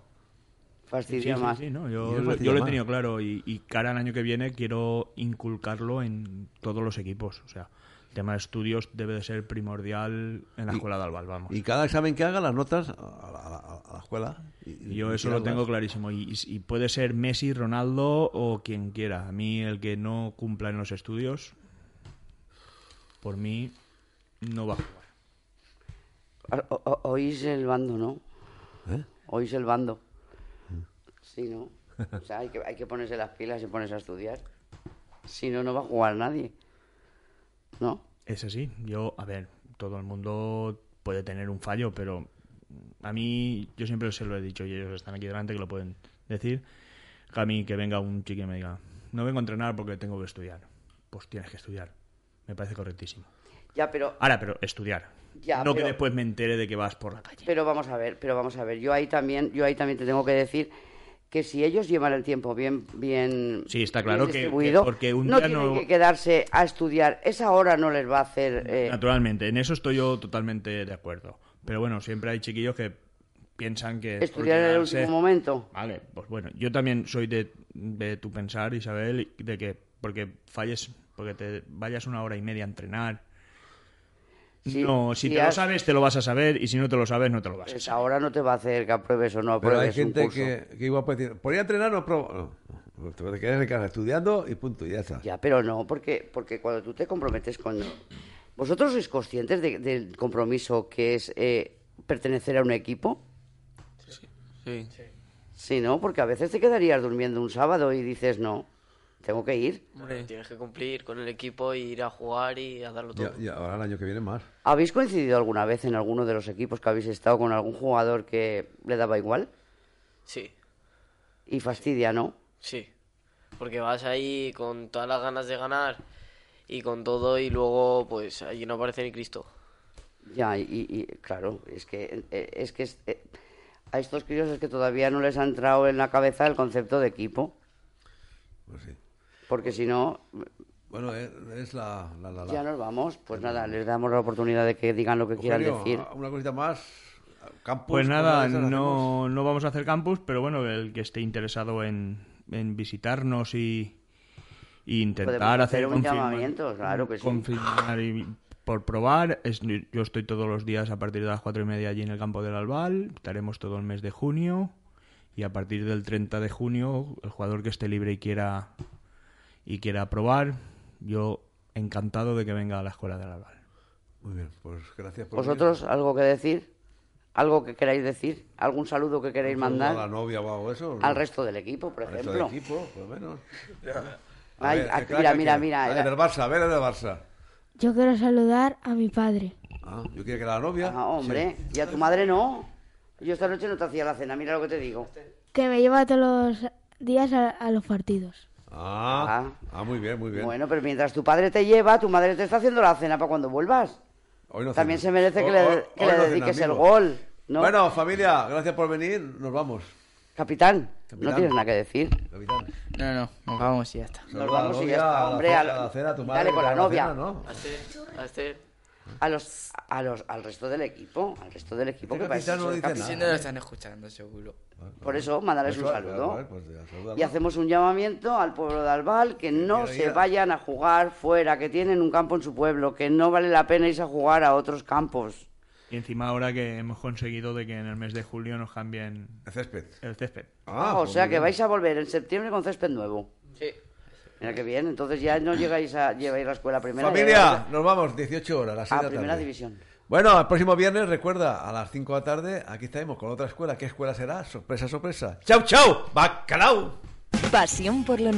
Speaker 4: Fastidia
Speaker 13: Sí, sí,
Speaker 4: más.
Speaker 13: sí, no,
Speaker 3: Y
Speaker 13: yo,
Speaker 3: es
Speaker 13: lo-
Speaker 3: fastidia
Speaker 13: yo lo he
Speaker 3: más.
Speaker 13: tenido claro y, y cara al año que viene quiero inculcarlo en todos los equipos. O sea, el tema de estudios debe de ser primordial en la
Speaker 3: Y-
Speaker 13: escuela de Albal, vamos.
Speaker 3: Y cada examen que haga, las notas a, a- a- a la escuela. Y,
Speaker 13: Yo eso lo tengo clarísimo. Y, y- y puede ser Messi, Ronaldo o quien quiera. A mí el que no cumpla en los estudios, por mí, no va a jugar.
Speaker 4: Ah, O- o- oís el bando, ¿no?
Speaker 3: ¿Eh?
Speaker 4: Oís el bando.
Speaker 3: Mm.
Speaker 4: Sí, ¿no? O sea, hay que, hay que ponerse las pilas y ponerse a estudiar. Si no, no va a jugar nadie. ¿No?
Speaker 13: Es así. Yo, a ver, todo el mundo puede tener un fallo, pero a mí, yo siempre se lo he dicho y ellos están aquí delante que lo pueden decir. Que a mí que venga un chico y me diga, no vengo a entrenar porque tengo que estudiar. Pues tienes que estudiar. Me parece correctísimo.
Speaker 4: Ya, pero
Speaker 13: Ahora, pero estudiar.
Speaker 4: Ya,
Speaker 13: no
Speaker 4: pero-
Speaker 13: que después me entere de que vas por la calle.
Speaker 4: Pero vamos a ver, pero vamos a ver. Yo ahí también, yo ahí también te tengo que decir que si ellos llevan el tiempo bien, bien,
Speaker 13: Sí, está claro
Speaker 4: bien
Speaker 13: que-
Speaker 4: distribuido,
Speaker 13: que porque un
Speaker 4: no
Speaker 13: día
Speaker 4: tienen
Speaker 13: no-
Speaker 4: que quedarse a estudiar. Esa hora no les va a hacer. eh,
Speaker 13: Naturalmente, en eso estoy yo totalmente de acuerdo. Pero bueno, siempre hay chiquillos que piensan que... por
Speaker 4: Estudiar en el
Speaker 13: quedarse-
Speaker 4: último momento.
Speaker 13: Vale, pues bueno, yo también soy de, de tu pensar, Isabel, de que porque falles, porque te vayas una hora y media a entrenar.
Speaker 4: Sí,
Speaker 13: no, si
Speaker 4: sí,
Speaker 13: te lo
Speaker 4: has-
Speaker 13: sabes, te lo vas a saber, y si no te lo sabes, no te lo vas a
Speaker 4: esa hora no te va a hacer que apruebes o no
Speaker 3: Pero hay
Speaker 4: apruebes un
Speaker 3: gente
Speaker 4: curso.
Speaker 3: que, que igual puede decir, por ir a entrenar no apruebo. No, no, te te quedas en casa estudiando y punto, y ya está.
Speaker 4: Ya, pero no, porque porque cuando tú te comprometes con vosotros sois conscientes de- del compromiso que es eh, pertenecer a un equipo.
Speaker 7: Sí.
Speaker 4: Sí, no, porque a veces te quedarías durmiendo un sábado y dices no, tengo que ir.
Speaker 12: Hombre, Tienes que cumplir con el equipo, ir a jugar y a darlo todo.
Speaker 3: Ya- Y ahora el año que viene más.
Speaker 4: ¿Habéis coincidido alguna vez en alguno de los equipos que habéis estado con algún jugador que le daba igual?
Speaker 12: Sí,
Speaker 4: Y fastidia, ¿no?
Speaker 12: sí. Porque vas ahí con todas las ganas de ganar y con todo y luego pues allí no aparece ni Cristo.
Speaker 4: Ya, y, y, claro, es que, eh, es que es- eh, a estos críos es que todavía no les ha entrado en la cabeza el concepto de equipo.
Speaker 3: Pues sí.
Speaker 4: Porque si no,
Speaker 3: Bueno, eh, es la. la, la, la-
Speaker 4: ya nos vamos. Pues nada, les damos la oportunidad de que digan lo que quieran
Speaker 3: Eugenio, ah,
Speaker 4: decir.
Speaker 3: Una cosita más. Campus.
Speaker 13: Pues
Speaker 3: cosas
Speaker 13: nada,
Speaker 3: de esas hacemos.
Speaker 13: no, no vamos a hacer campus, pero bueno, el que esté interesado en, en visitarnos y, y intentar
Speaker 4: Podemos
Speaker 13: hacer
Speaker 4: hacer un llamamiento, claro que sí.
Speaker 13: confirmar y- por probar. Es- yo estoy todos los días a partir de las cuatro y media allí en el campo del Albal. Estaremos todo el mes de junio y a partir del 30 de junio el jugador que esté libre y quiera y quiera probar, yo encantado de que venga a la escuela del Albal.
Speaker 3: Muy bien, pues gracias por
Speaker 4: ¿Vosotros
Speaker 3: venir.
Speaker 4: algo que decir? ¿Algo que queráis decir? ¿Algún saludo que queréis
Speaker 3: ¿Un saludo
Speaker 4: mandar?
Speaker 3: a la novia o algo de eso, o no?
Speaker 4: Al resto del equipo, por
Speaker 3: Al resto
Speaker 4: ejemplo.
Speaker 3: del equipo, por lo menos. A
Speaker 4: Ay,
Speaker 3: ver,
Speaker 4: a-
Speaker 3: ¿qué
Speaker 4: mira,
Speaker 3: clase
Speaker 4: mira,
Speaker 3: que-
Speaker 4: mira.
Speaker 3: Ah,
Speaker 4: era-
Speaker 3: del Barça, a ver, el del Barça.
Speaker 6: Yo quiero saludar a mi padre.
Speaker 3: Ah, yo quiero que la novia.
Speaker 4: Ah, hombre, y a tu madre no. Yo esta noche no te hacía la cena, mira lo que te digo.
Speaker 6: Que me lleva todos los días a, a los partidos.
Speaker 3: Ah, ah, muy bien, muy bien.
Speaker 4: Bueno, pero mientras tu padre te lleva, tu madre te está haciendo la cena para cuando vuelvas.
Speaker 3: Hoy no
Speaker 4: También se
Speaker 3: cenas.
Speaker 4: merece que
Speaker 3: Hoy-
Speaker 4: le-
Speaker 3: hoy-
Speaker 4: que
Speaker 3: Oh, hoy
Speaker 4: le
Speaker 3: no
Speaker 4: dediques
Speaker 3: cenas,
Speaker 4: el
Speaker 3: amigo.
Speaker 4: gol, ¿no?
Speaker 3: Bueno, familia, gracias por venir. Nos vamos.
Speaker 4: Capitán,
Speaker 3: Capitán.
Speaker 4: no tienes nada que decir.
Speaker 3: Capitán.
Speaker 5: No, no, nos vamos y ya está.
Speaker 4: Nos vamos y ya está, hombre.
Speaker 3: a
Speaker 4: A
Speaker 3: la-
Speaker 4: la-
Speaker 3: a la cena, a tu madre
Speaker 4: dale
Speaker 3: que
Speaker 4: con
Speaker 3: te
Speaker 4: la
Speaker 3: haga la
Speaker 4: novia.
Speaker 3: cena, ¿no?
Speaker 12: este,
Speaker 4: A los, a los, al resto del equipo, al resto del equipo que parece
Speaker 5: Si
Speaker 4: que
Speaker 5: no
Speaker 4: soy capitán.
Speaker 5: lo están escuchando, seguro.
Speaker 4: Por eso, mandales un
Speaker 5: Pues,
Speaker 4: saludo.
Speaker 5: claro, pues, ya, salúdalo.
Speaker 4: y hacemos un llamamiento al pueblo de Albal que no
Speaker 5: quiero
Speaker 4: se
Speaker 5: ir.
Speaker 4: vayan a jugar fuera, que tienen un campo en su pueblo, que no vale la pena irse a jugar a otros campos.
Speaker 13: Y encima ahora que hemos conseguido de que en el mes de julio nos cambien...
Speaker 3: El césped. pues
Speaker 13: El césped.
Speaker 4: Ah, o sea que vais a volver en septiembre con césped nuevo.
Speaker 12: Sí.
Speaker 4: Mira que bien, entonces ya no llegáis a, lleváis la escuela primera.
Speaker 3: Familia, nos vamos, 18 horas, las
Speaker 4: A
Speaker 3: seis de la
Speaker 4: primera
Speaker 3: tarde.
Speaker 4: división.
Speaker 3: Bueno, el próximo viernes, recuerda, a las 5 de la tarde, aquí estaremos con otra escuela. ¿Qué escuela será? Sorpresa, sorpresa. ¡Chao, chao! ¡Bacalao!
Speaker 2: Pasión por lo